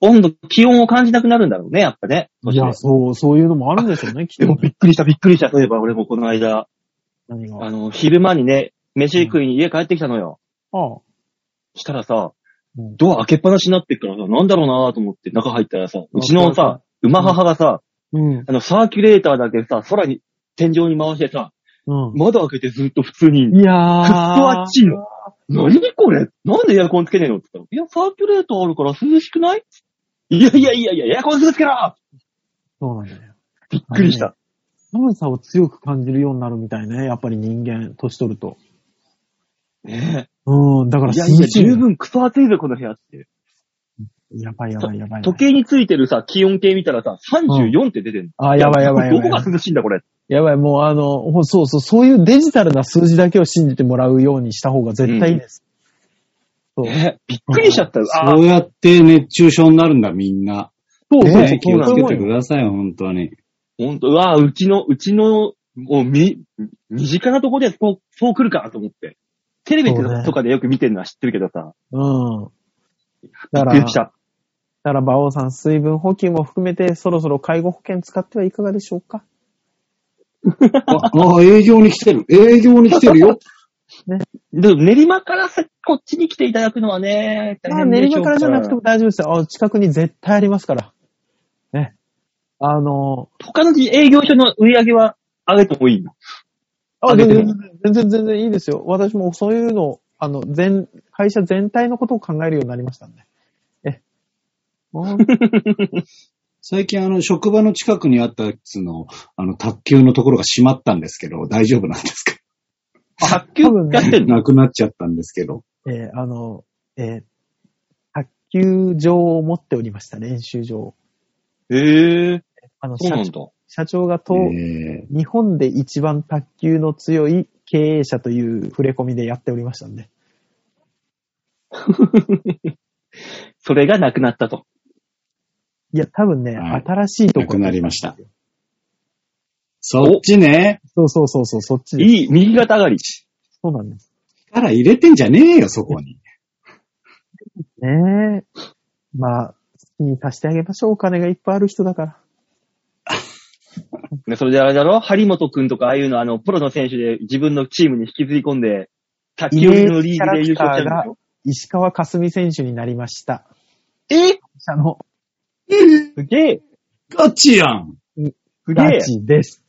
温度、気温を感じなくなるんだろうね、やっぱね。いや、そう、そういうのもある んでしょうね、きでっともびね。っくりした、びっくりした。例えば俺もこの間、何が。ああの、昼間にね、飯食いに家帰ってきたのよ。あ。したらさ、うんドア開けっぱなしになってっからさ、なんだろうなと思って中入ったらさ、うちのわかさ、馬母がさ、うん。あの、サーキュレーターだけさ、空に、天井に回してさ、う窓開けてずっと普通にいんのん。いやー。ずっとあっちいの。何これなんでエアコンつけねえのって言ったら、いや、サーキュレーターあるから涼しくないいやいやいやいや、エアコンすぐつけろそうなんだよ。びっくりした。寒さを強く感じるようになるみたいね。やっぱり人間、年取ると。ねうん、だかえらいやいや、い十分クソ暑いぞ、この部屋って。やばいやばいやばい。時計についてるさ、気温計見たらさ、34って出てんの。あー、やばいやばいやばい。どこが涼しいんだ、これ。やばい、もうあの、ほそうそう、そういうデジタルな数字だけを信じてもらうようにした方が絶対いいです。そうねえびっくりしちゃったよ。あそうやって熱中症になるんだ、みんな。そうそうね気そうをつけてそうください、本当に。ほんと、うわあうちの、うちの、もう、み、身近なとこで、そう、そう来るかと思って。テレビそうねとかでよく見てるのは知ってるけどさ、うん。びだっかくら、りしだた。から、馬王さん、水分補給も含めて、そろそろ介護保険使ってはいかがでしょうかああ、営業に来てる。営業に来てる よ。で、練馬からさ、こっちに来ていただくのはね、まあ、練馬からじゃなくても大丈夫ですよ。あ近くに絶対ありますから。ね。あの、他の営業所の売り上げは上げてもいいの。あ、上げて全然も、全然、全然いいですよ。私もそういうの、あの、全、会社全体のことを考えるようになりましたんで。え。本 最近あの、職場の近くにあったやつの、あの、卓球のところが閉まったんですけど、大丈夫なんですか卓球やって んのなくなっちゃったんですけど。えーあの、えー卓球場を持っておりました、練習場を。へえ、あの、そう社なん長だ。社長がと、え日本で一番卓球の強い経営者という触れ込みでやっておりましたんで。それがなくなったと。いや、多分ね、はい新しいとこ。なくなりました。そっちね。そうそうそうそう、そっちです。いい、右肩上がり。そうなんです。力入れてんじゃねえよ、そこに。ねえ。まあ、好きにさしてあげましょう。お金がいっぱいある人だから。ね、それであれだろ張本くんとかああいうの、あの、プロの選手で自分のチームに引きずり込んで、卓球のリーグで優勝しちゃうん石川佳純選手になりました。でしょあの、えすげえ ガチやん。すげえガチです。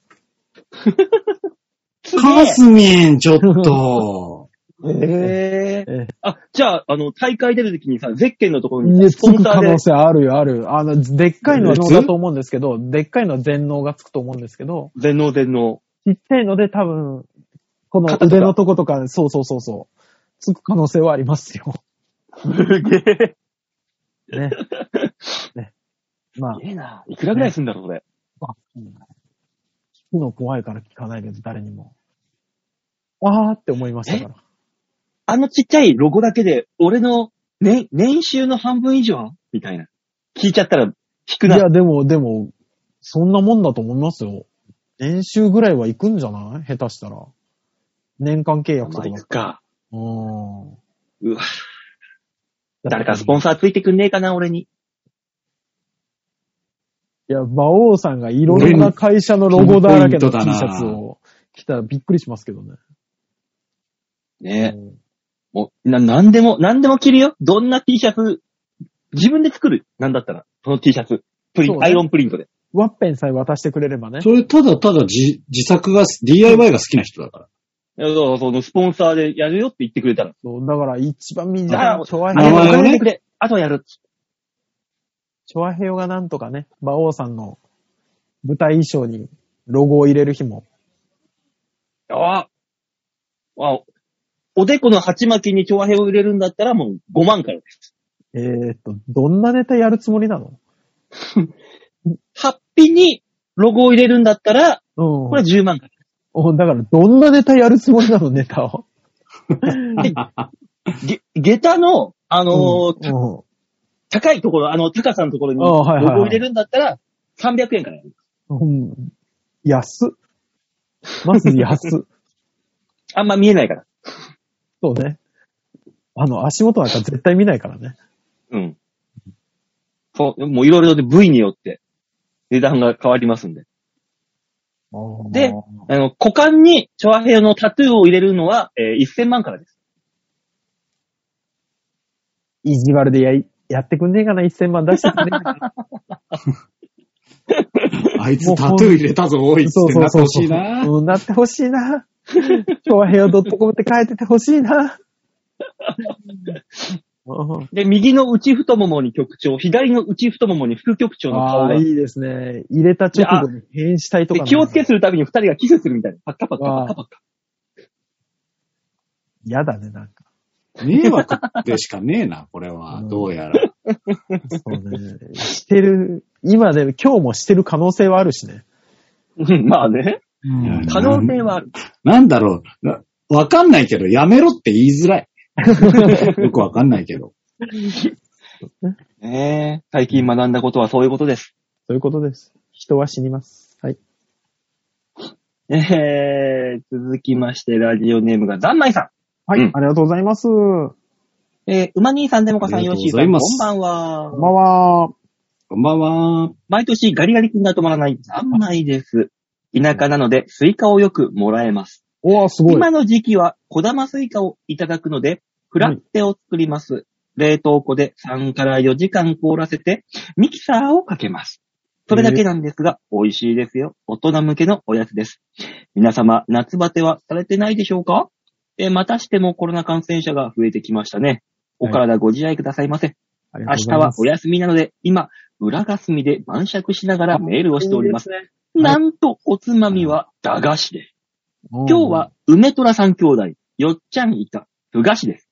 すげカえスミン、ちょっと。ええええあ、じゃあ、あの、大会出るときにさ、ゼッケンのところね、に、つスポンくサー可で能、性あるよ、ある。あの、でっかいのは能だと思うんですけど、でっかいのは全能がつくと思うんですけど、全能全能。ちっちゃいので多分、この腕のとことか、そうそうそうそう、つく可能性はありますよ。すげえ。 ね。ね。まあす、げえな。いくらぐらいするんだろう、これ。聞くの怖いから聞かないけど、誰にも。わーって思いましたから。あのちっちゃいロゴだけで、俺の、ね、年収の半分以上みたいな。聞いちゃったら、引くいな。や、でも、でも、そんなもんだと思いますよ。年収ぐらいは行くんじゃない下手したら。年間契約とまあ、かいだっくか。たら。うん。うわ、誰かスポンサーついてくんねえかな、俺に。いや、馬王さんがいろんな会社のロゴだらけの T シャツを着たらびっくりしますけどね。ねえ。もう、な、なんでも、なんでも着るよ。どんな T シャツ、自分で作る。なんだったら、その T シャツ。プリンそト、うねアイロンプリントで。ワッペンさえ渡してくれればね。 それただただ自自作が、DIY が好きな人だから。いやだからそのスポンサーでやるよって言ってくれたら。そうだから一番みんだからな、チョアあ名れヘおヨ前をね金でくれ。あとはやる。チョアヘヨがなんとかね、馬王さんの舞台衣装にロゴを入れる日も。ああ。あおでこの鉢巻きに長編を入れるんだったらもう5万からです。えーっと、どんなネタやるつもりなのハッピーにロゴを入れるんだったら、うん。これは10万かおだから、どんなネタやるつもりなの、ネタを。ら。げ、下駄の、あのーうんうん高いところ、あの、高さのところにああはいはいはいロゴを入れるんだったら、300円からやる。うん、安っ。まず安っ。あんま見えないから。そうね。あの、足元なんか絶対見ないからね。うん。そう、もういろいろで部位によって値段が変わりますんで。であの、股間にチョアヘヨのタトゥーを入れるのは、えー1000万からです。意地悪でやい、やってくんねえかな、1000万出してくんねえかな。あいつタトゥー入れたぞ、おいっつってなってほしいな。うん、なってほしいな。超平和 .com って書いててほしいな。うんで、右の内太ももに局長、左の内太ももに副局長の顔ああ、が。いいですね。入れた直後に変死体とで、かね。気をつけするたびに二人がキスするみたいな。パッカパッカパッカパッカ。嫌だね、なんか。迷惑でしかねえな、これは。どうやら。そうね。してる、今で、今日もしてる可能性はあるしね。うんまあね。ん可能性はある。なんだろう。なわかんないけど、やめろって言いづらい。よくわかんないけど。ねえ。最近学んだことはそういうことです。そういうことです。人は死にます。はい。えー、続きまして、ラジオネームがザンマイさん。はい、うんありがとうございます。こえー、馬兄さん、デモカさあん、りヨがッとうシーごさざん、いこまんばすんんばは。んは。こんばんは。毎年ガリガリ君が止まらない三枚です。田舎なので、スイカをよくもらえます。おー、すごい。今の時期は、小玉スイカをいただくので、フラッペを作ります。冷凍庫で3から4時間凍らせて、ミキサーをかけます。それだけなんですが、美味しいですよ。大人向けのおやつです。皆様、夏バテはされてないでしょうかえーまたしてもコロナ感染者が増えてきましたね。お体ご自愛くださいませ。あり明がとう日ございはますお休みなので、今、裏霞で晩酌しながらメールをしております。いいですねなんと、おつまみは駄菓子です。今今日は、梅虎三兄弟、よっちゃんいた、ふ菓子です。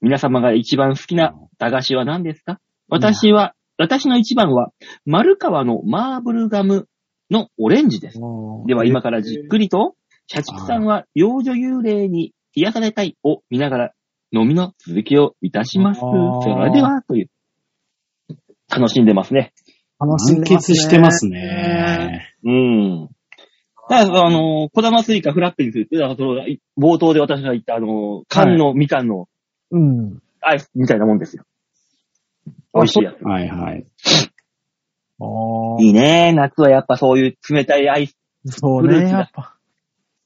皆様が一番好きな駄菓子は何ですか私は、私の一番は、丸川のマーブルガムのオレンジです。では今からじっくりと、社畜さんは幼女幽霊に癒されたいを見ながら、飲みの続きをいたします。あーそれでは、という。楽しんでますね。楽しん満でます喫ね。してます。ね。うん。ただ、あの、小玉スイカフラッペにするって、だからそのい冒頭で私が言った、あの、缶のみかんのうん。アイスみたいなもんですよ。あ美味しいやつ。はいはい。あーいいね。夏はやっぱそういう冷たいアイス。そうフルーね、ツだやっぱ。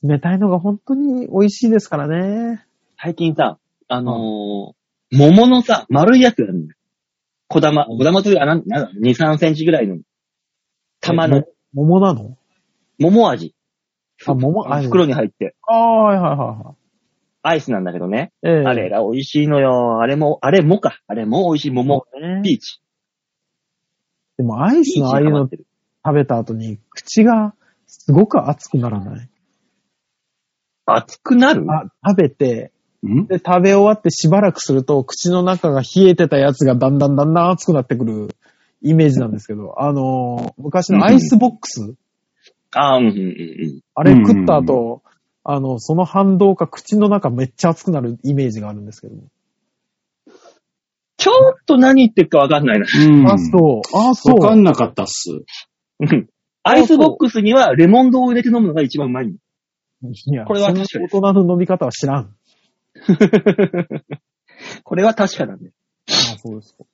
冷たいのが本当に美味しいですからね。最近さ、あのー桃のさ、丸いやつがあるんだよ。小玉、小玉というか、なん、なんだ、2、3センチぐらいの、玉の、桃なの桃味。あ、桃あ袋に入って、ああ、はいはいはアイスなんだけどね。いはい。ええあれが美味しいのよ。あれも、あれもか。あれも美味しい。桃、ねピーチ。でもアイスピーのチああいにうハマのってる。食べた後に口がすごく熱くならない。熱くなるあ、食べて、んで、食べ終わってしばらくすると、口の中が冷えてたやつがだんだんだんだん熱くなってくるイメージなんですけど、あのー昔のアイスボックス、あーうん、うん、うん。あれ食った後、あの、その反動か口の中めっちゃ熱くなるイメージがあるんですけども。ちょっと何言ってるかわかんないな。うんあ、そう。あ、そう。わかんなかったっす。うんアイスボックスにはレモン丼を入れて飲むのが一番うまいの。いや、これは確かにその大人の飲み方は知らん。これは確かなんです。あ、そうですか。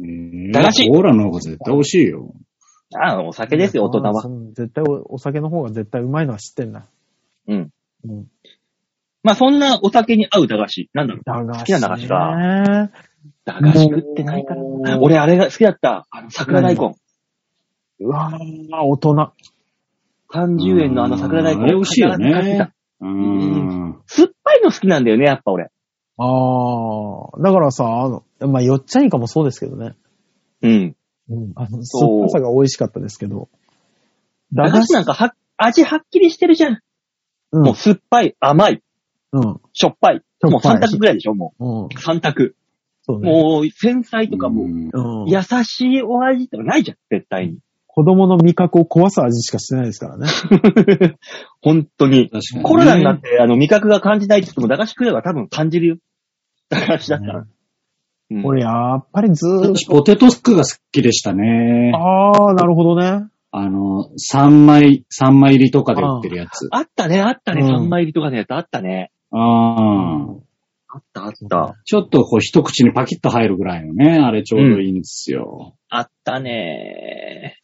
駄駄菓子コーラの方が絶対美味しいよ。ああ、お酒ですよ、大人あはそ。の絶対お、お酒の方が絶対うまいのは知ってんな。うん。うん。まあ、そんなお酒に合う駄菓子。なんだろう。駄菓子、ね。好きな駄菓子が。駄菓子食ってないからな。もう俺、あれが好きだった。あの、桜大根。うわぁ、大人。 30円のあの桜大根。うんあれ美味しいよね必ず買ってたううんん。酸っぱいの好きなんだよね、やっぱ俺。ああ、だからさ、あの、まあ、よっちゃいかもそうですけどね。うん。うん。あの、酸そうっぱさが美味しかったですけど。駄菓子なんかは、味はっきりしてるじゃん。うんもう、酸っぱい、甘い、うん。しょっぱい。ょっぱいもう3択ぐらいでしょ、もうん。う。3択。そうね。もう、繊細とかもう、うん、優しいお味とかないじゃん、絶対 に。子供の味覚を壊す味しかしてないですからね。本当に。確かに。コロナになって、あの、味覚が感じないって言っても、駄菓子食えば多分感じるよ。駄菓子だったら。うん俺、やっぱりずーっ私、ポテトスクが好きでしたねと。。ああ、なるほどね。あの、3枚、三枚入りとかで売ってるやつ。あったね、あったね、うん三枚入りとかのやつあったね。ああ。あった、あっだた。ちょっとこう一口にパキッと入るぐらいのね、あれちょうどいいんですよ。あったね。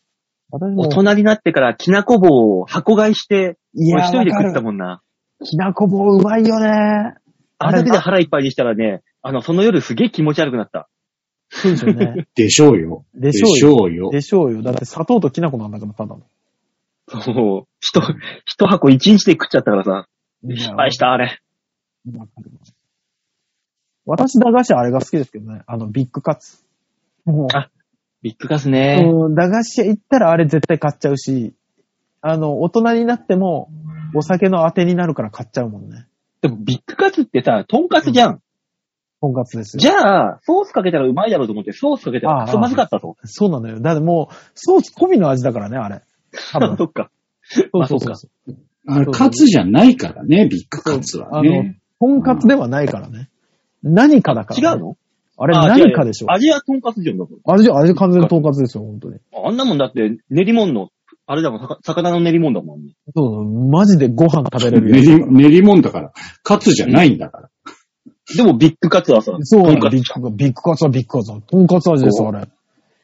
私大も、人になってから、きなこ棒を箱買いして、い俺一や人でー、わか食ってたる。もんな。きなこ棒うまいよね。あれだけで腹いっぱいにしたらね、あの、その夜すげえ気持ち悪くなった。そうですよね。でしょうよ。 ででしょうしよ。ょうよ。でしょうよ。だって砂糖ときな粉なんだから、ただの。そう。一、一箱一日で食っちゃったからさ。失敗した、あれ。いや。わかる私、駄菓子あれが好きですけどね。あの、ビッグカツ。もう、あビッグカスね。うん駄菓子屋行ったらあれ絶対買っちゃうし、あの、大人になっても、お酒の当てになるから買っちゃうもんね。でも、ビッグカツってさ、トンカツじゃん。とんかつですよ。じゃあ、ソースかけたらうまいだろうと思って、ソースかけたら、ああそうまずかったぞ。そうなのよ。だってもう、ソース込みの味だからね、あれ。多分 そっか。そうあそそううかそうそう。あれ、カツじゃないからね、ビッグカツあはのね。、とんかつではないからね。何かだから違ね、うのああれ何かでしょ違う味はトンカツじゃんだかあれじゃ、あれ完全にとんかつですよ、本当に。らあんなもんだって、練り物の、あれだもん、さか魚の練り物だもん、ね。そうそう、マジでご飯食べれる 練やつ。り、練り物だから。カツじゃないんだから。でも、ビッグカツはさ、そうなトンの、カツビじッゃん。グ、ビッグカツはビッグカツは。とんかつ味です、あれ。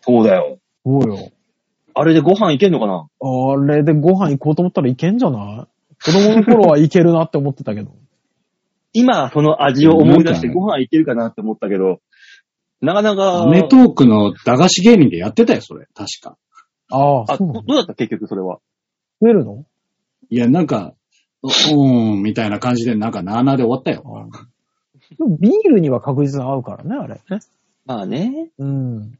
そうだよ。そうよ。あれでご飯いけんのかなあれでご飯行こうと思ったらいけんじゃない子供の頃はいけるなって思ってたけど。今、その味を思い出してなんかご飯いけるかなって思ったけど、なかなか、アメトークの駄菓子芸人でやってたよ、それ。確か。 ああ、あ、そどうなのどうだった結局それは。増えるのいや、なんか、うーん、みたいな感じで、なんか、なーなーで終わったよ。ああでもビールには確実に合うからね、あれ。まあね。うん。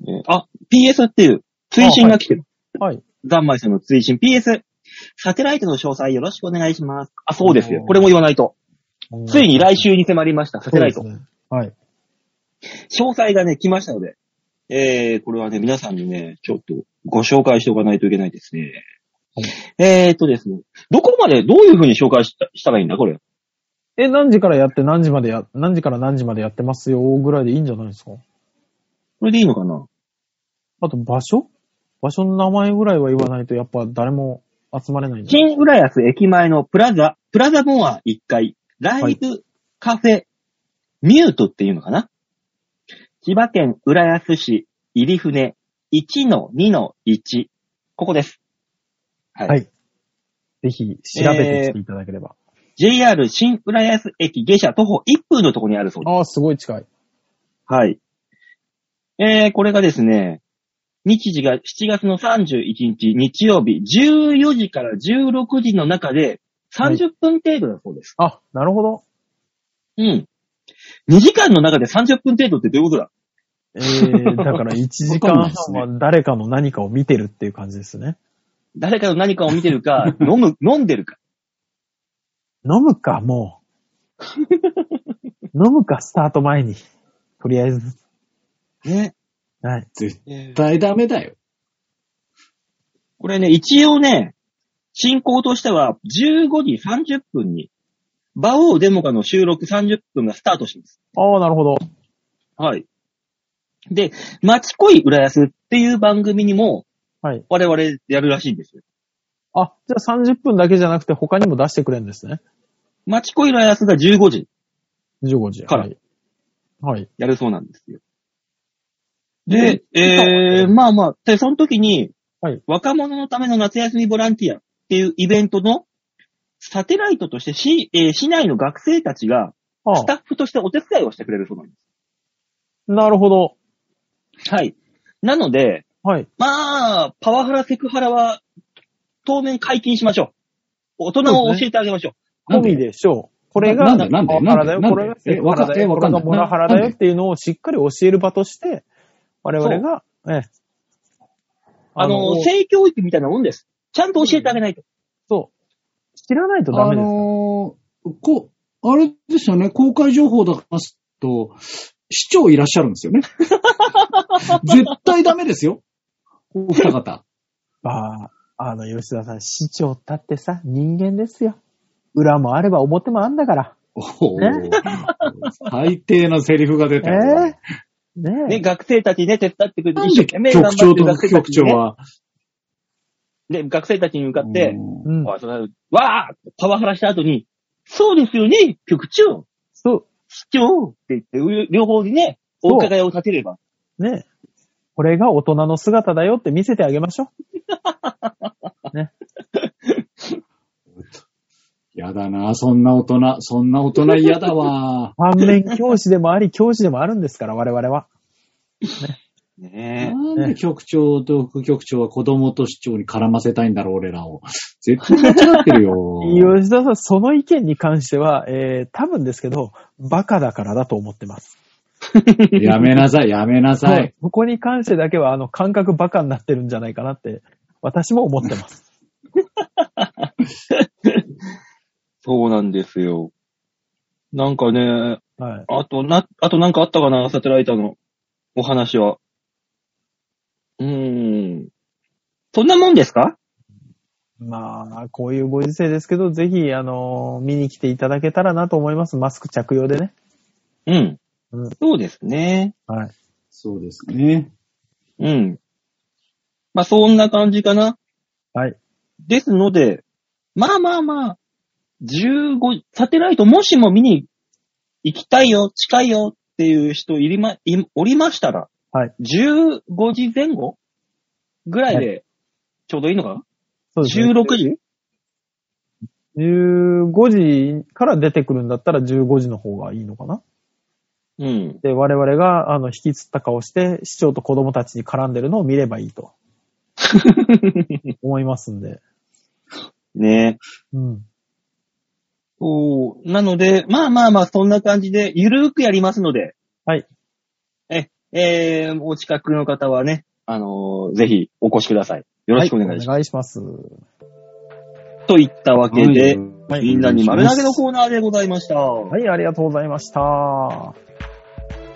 ねあ、PS っていう、追伸が来てる。はい。ざんまいさんの追伸 PS。サテライトの詳細よろしくお願いします。あ、そうですよ。これも言わないと。ついに来週に迫りました、サテライト。そうですねはい。詳細がね、来ましたので、えー、これはね、皆さんにね、ちょっとご紹介しておかないといけないですね。えーっとですね、どこまで、どういうふうに紹介したしたらいいんだ、これ。え、何時からやって何時までや、何時から何時までやってますよぐらいでいいんじゃないですかそれでいいのかなあと場所場所の名前ぐらいは言わないとやっぱ誰も集まれないんじゃない新浦安駅前のプラザ、プラザモア1階、ライブカフェ、ミュートっていうのかな千葉県浦安市入船1-2-1。ここです。ははい。ぜひ調べてきていただければ。 JR 新浦安駅下車徒歩1分のとこにあるそうです。ああ、すごい近い。はい。えー、これがですね、日時が7月の31日日曜日14時から16時の中で30分程度だそうです。あ、なるほど。うん。2時間の中で30分程度ってどういうことだえ ー、だから1時間半は誰かの何かを見てるっていう感じですね。誰かの何かを見てるか、 飲む、飲んでるか。飲むか、も う。飲むか、スタート前に。とりあえず。ね。はい。絶対ダメだよ。これね、一応ね、進行としては15時30分に、バオーデモカの収録30分がスタートします。ああ、なるほど。はい。で、町恋浦安っていう番組にも、はい。我々やるらしいんですよ。あ、じゃあ30分だけじゃなくて他にも出してくれるんですね。町恋浦安が15時15時。からはい。はい。やるそうなんですよ。で、えー、まあまあ、で、その時に、はい若者のための夏休みボランティアっていうイベントの、サテライトとして市、えー市内の学生たちが、あスタッフとしてお手伝いをしてくれるそうなんでなるほど。す。はい。なので、はい。まあ、パワハラ、セクハラは、当面解禁しましょう。大人を教えてあげましょう。込みでしょう。これなが、んでなんでパワハラだよ。なんこれでなんがでセクハラだえよ。わこかれんながいモラハラだなんよでっていうのをしっかり教える場として、我々が、ええ。あの、性教育みたいなもんです。ちゃんと教えてあげないと。そう。知らないとダあメですよ。のーこ、あれですよね、公開情報出すと、市長いらっしゃるんですよ ね。絶対ダメですよ。お二方。まあ、あの、吉田さん、市長だってさ、人間ですよ。裏もあれば表もあんだから。おー最低なセリフが出えたよ。えねえ。ね、学生たちね、手伝ってくれて、なん一生で懸命頑局張長ってると学生副た局ち長に、ね、は。で、学生たちに向かって、うんうん。わーわーパワハラした後に、そうですよね、局長、そ市長って言って、両方にね、そうお伺いを立てれば。う。ねえ。これが大人の姿だよって見せてあげましょやだな、そんな大人、そんな大人嫌だわ。う。反 面教師でもあり、教師でもあるんですから、我々は。ねなんで局長と副局長は子供と市長に絡ませたいんだろう、俺らを。絶対間違ってるよ。 吉田さん、その意見に関しては、えー、多分ですけど、バカだからだと思ってます。やめなさい、やめなさい。そこに関してだけは、あの、感覚バカになってるんじゃないかなって、私も思ってます。そうなんですよ。なんかね、はい。あとな、あとなんかあったかな、サテライトのお話は。うーん。そんなもんですかまあ、こういうご時世ですけど、ぜひ、あの、見に来ていただけたらなと思います。マスク着用でね。うん。うんそうですね。はい。そうですね。うん。まあ、そんな感じかな。はい。ですので、まあまあまあ、15、サテライトもしも見に行きたいよ、近いよっていう人いりま、いおりましたら、はい。 15時前後ぐらいで、ちょうどいいのかな、そうですね ?16 時15時から出てくるんだったら15時の方がいいのかなうん。で、我々が、あの、引きつった顔して、市長と子供たちに絡んでるのを見ればいいと。思いますんで。ねえ。うん。そう。なので、まあまあまあ、そんな感じで、ゆるーくやりますので。はい。え、えー、お近くの方はね、あのーぜひお越しください。よろしくお願いします。お願いします。といったわけで、はいみんなに丸投げの方コーナーでございました。はい、ありがとうございました。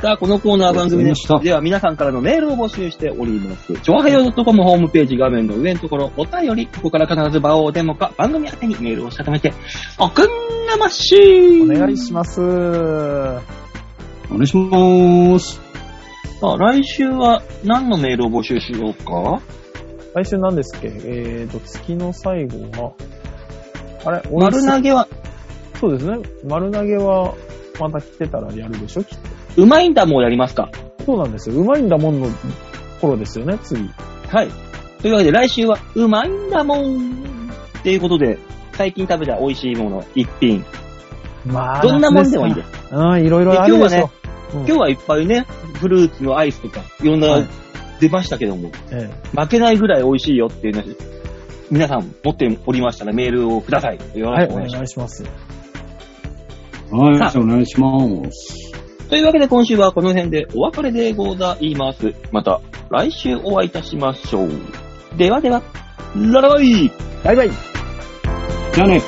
さあ、このコーナー番組わかりましたでは皆さんからのメールを募集しております。ちょわはよ .com ホームページ画面の上のところ、お便り、ここから必ず場をデモか番組宛てにメールをしたためて、おくんなましおお願いします。お願いします。す。あ来週は何のメールを募集しようか来週何ですっけえーと、月の最後は、あれ、おいし丸投げは、そうですね。丸投げは、また来てたらやるでしょきっうまいんだもうやりますかとそうなんですよ。うまいんだもんの頃ですよね、次。はい。というわけで来週はうまいんだもんっていうことで、最近食べた美味しいもの、一品。まどんなもんでもいいです。す。うん、いろいろあるでしょ。今今日はいっぱいね、フルーツのアイスとか、いろんはない出ましたけども、日、え負けないぐらい美味しいよっていうの皆さん持っておりましたらメールをください。よえろはしい、くおお願いします。願いします。はい、お願いします。というわけで今週はこの辺でお別れでございます。また来週お会いいたしましょう。ではでは、ララバイバイバイじゃあね。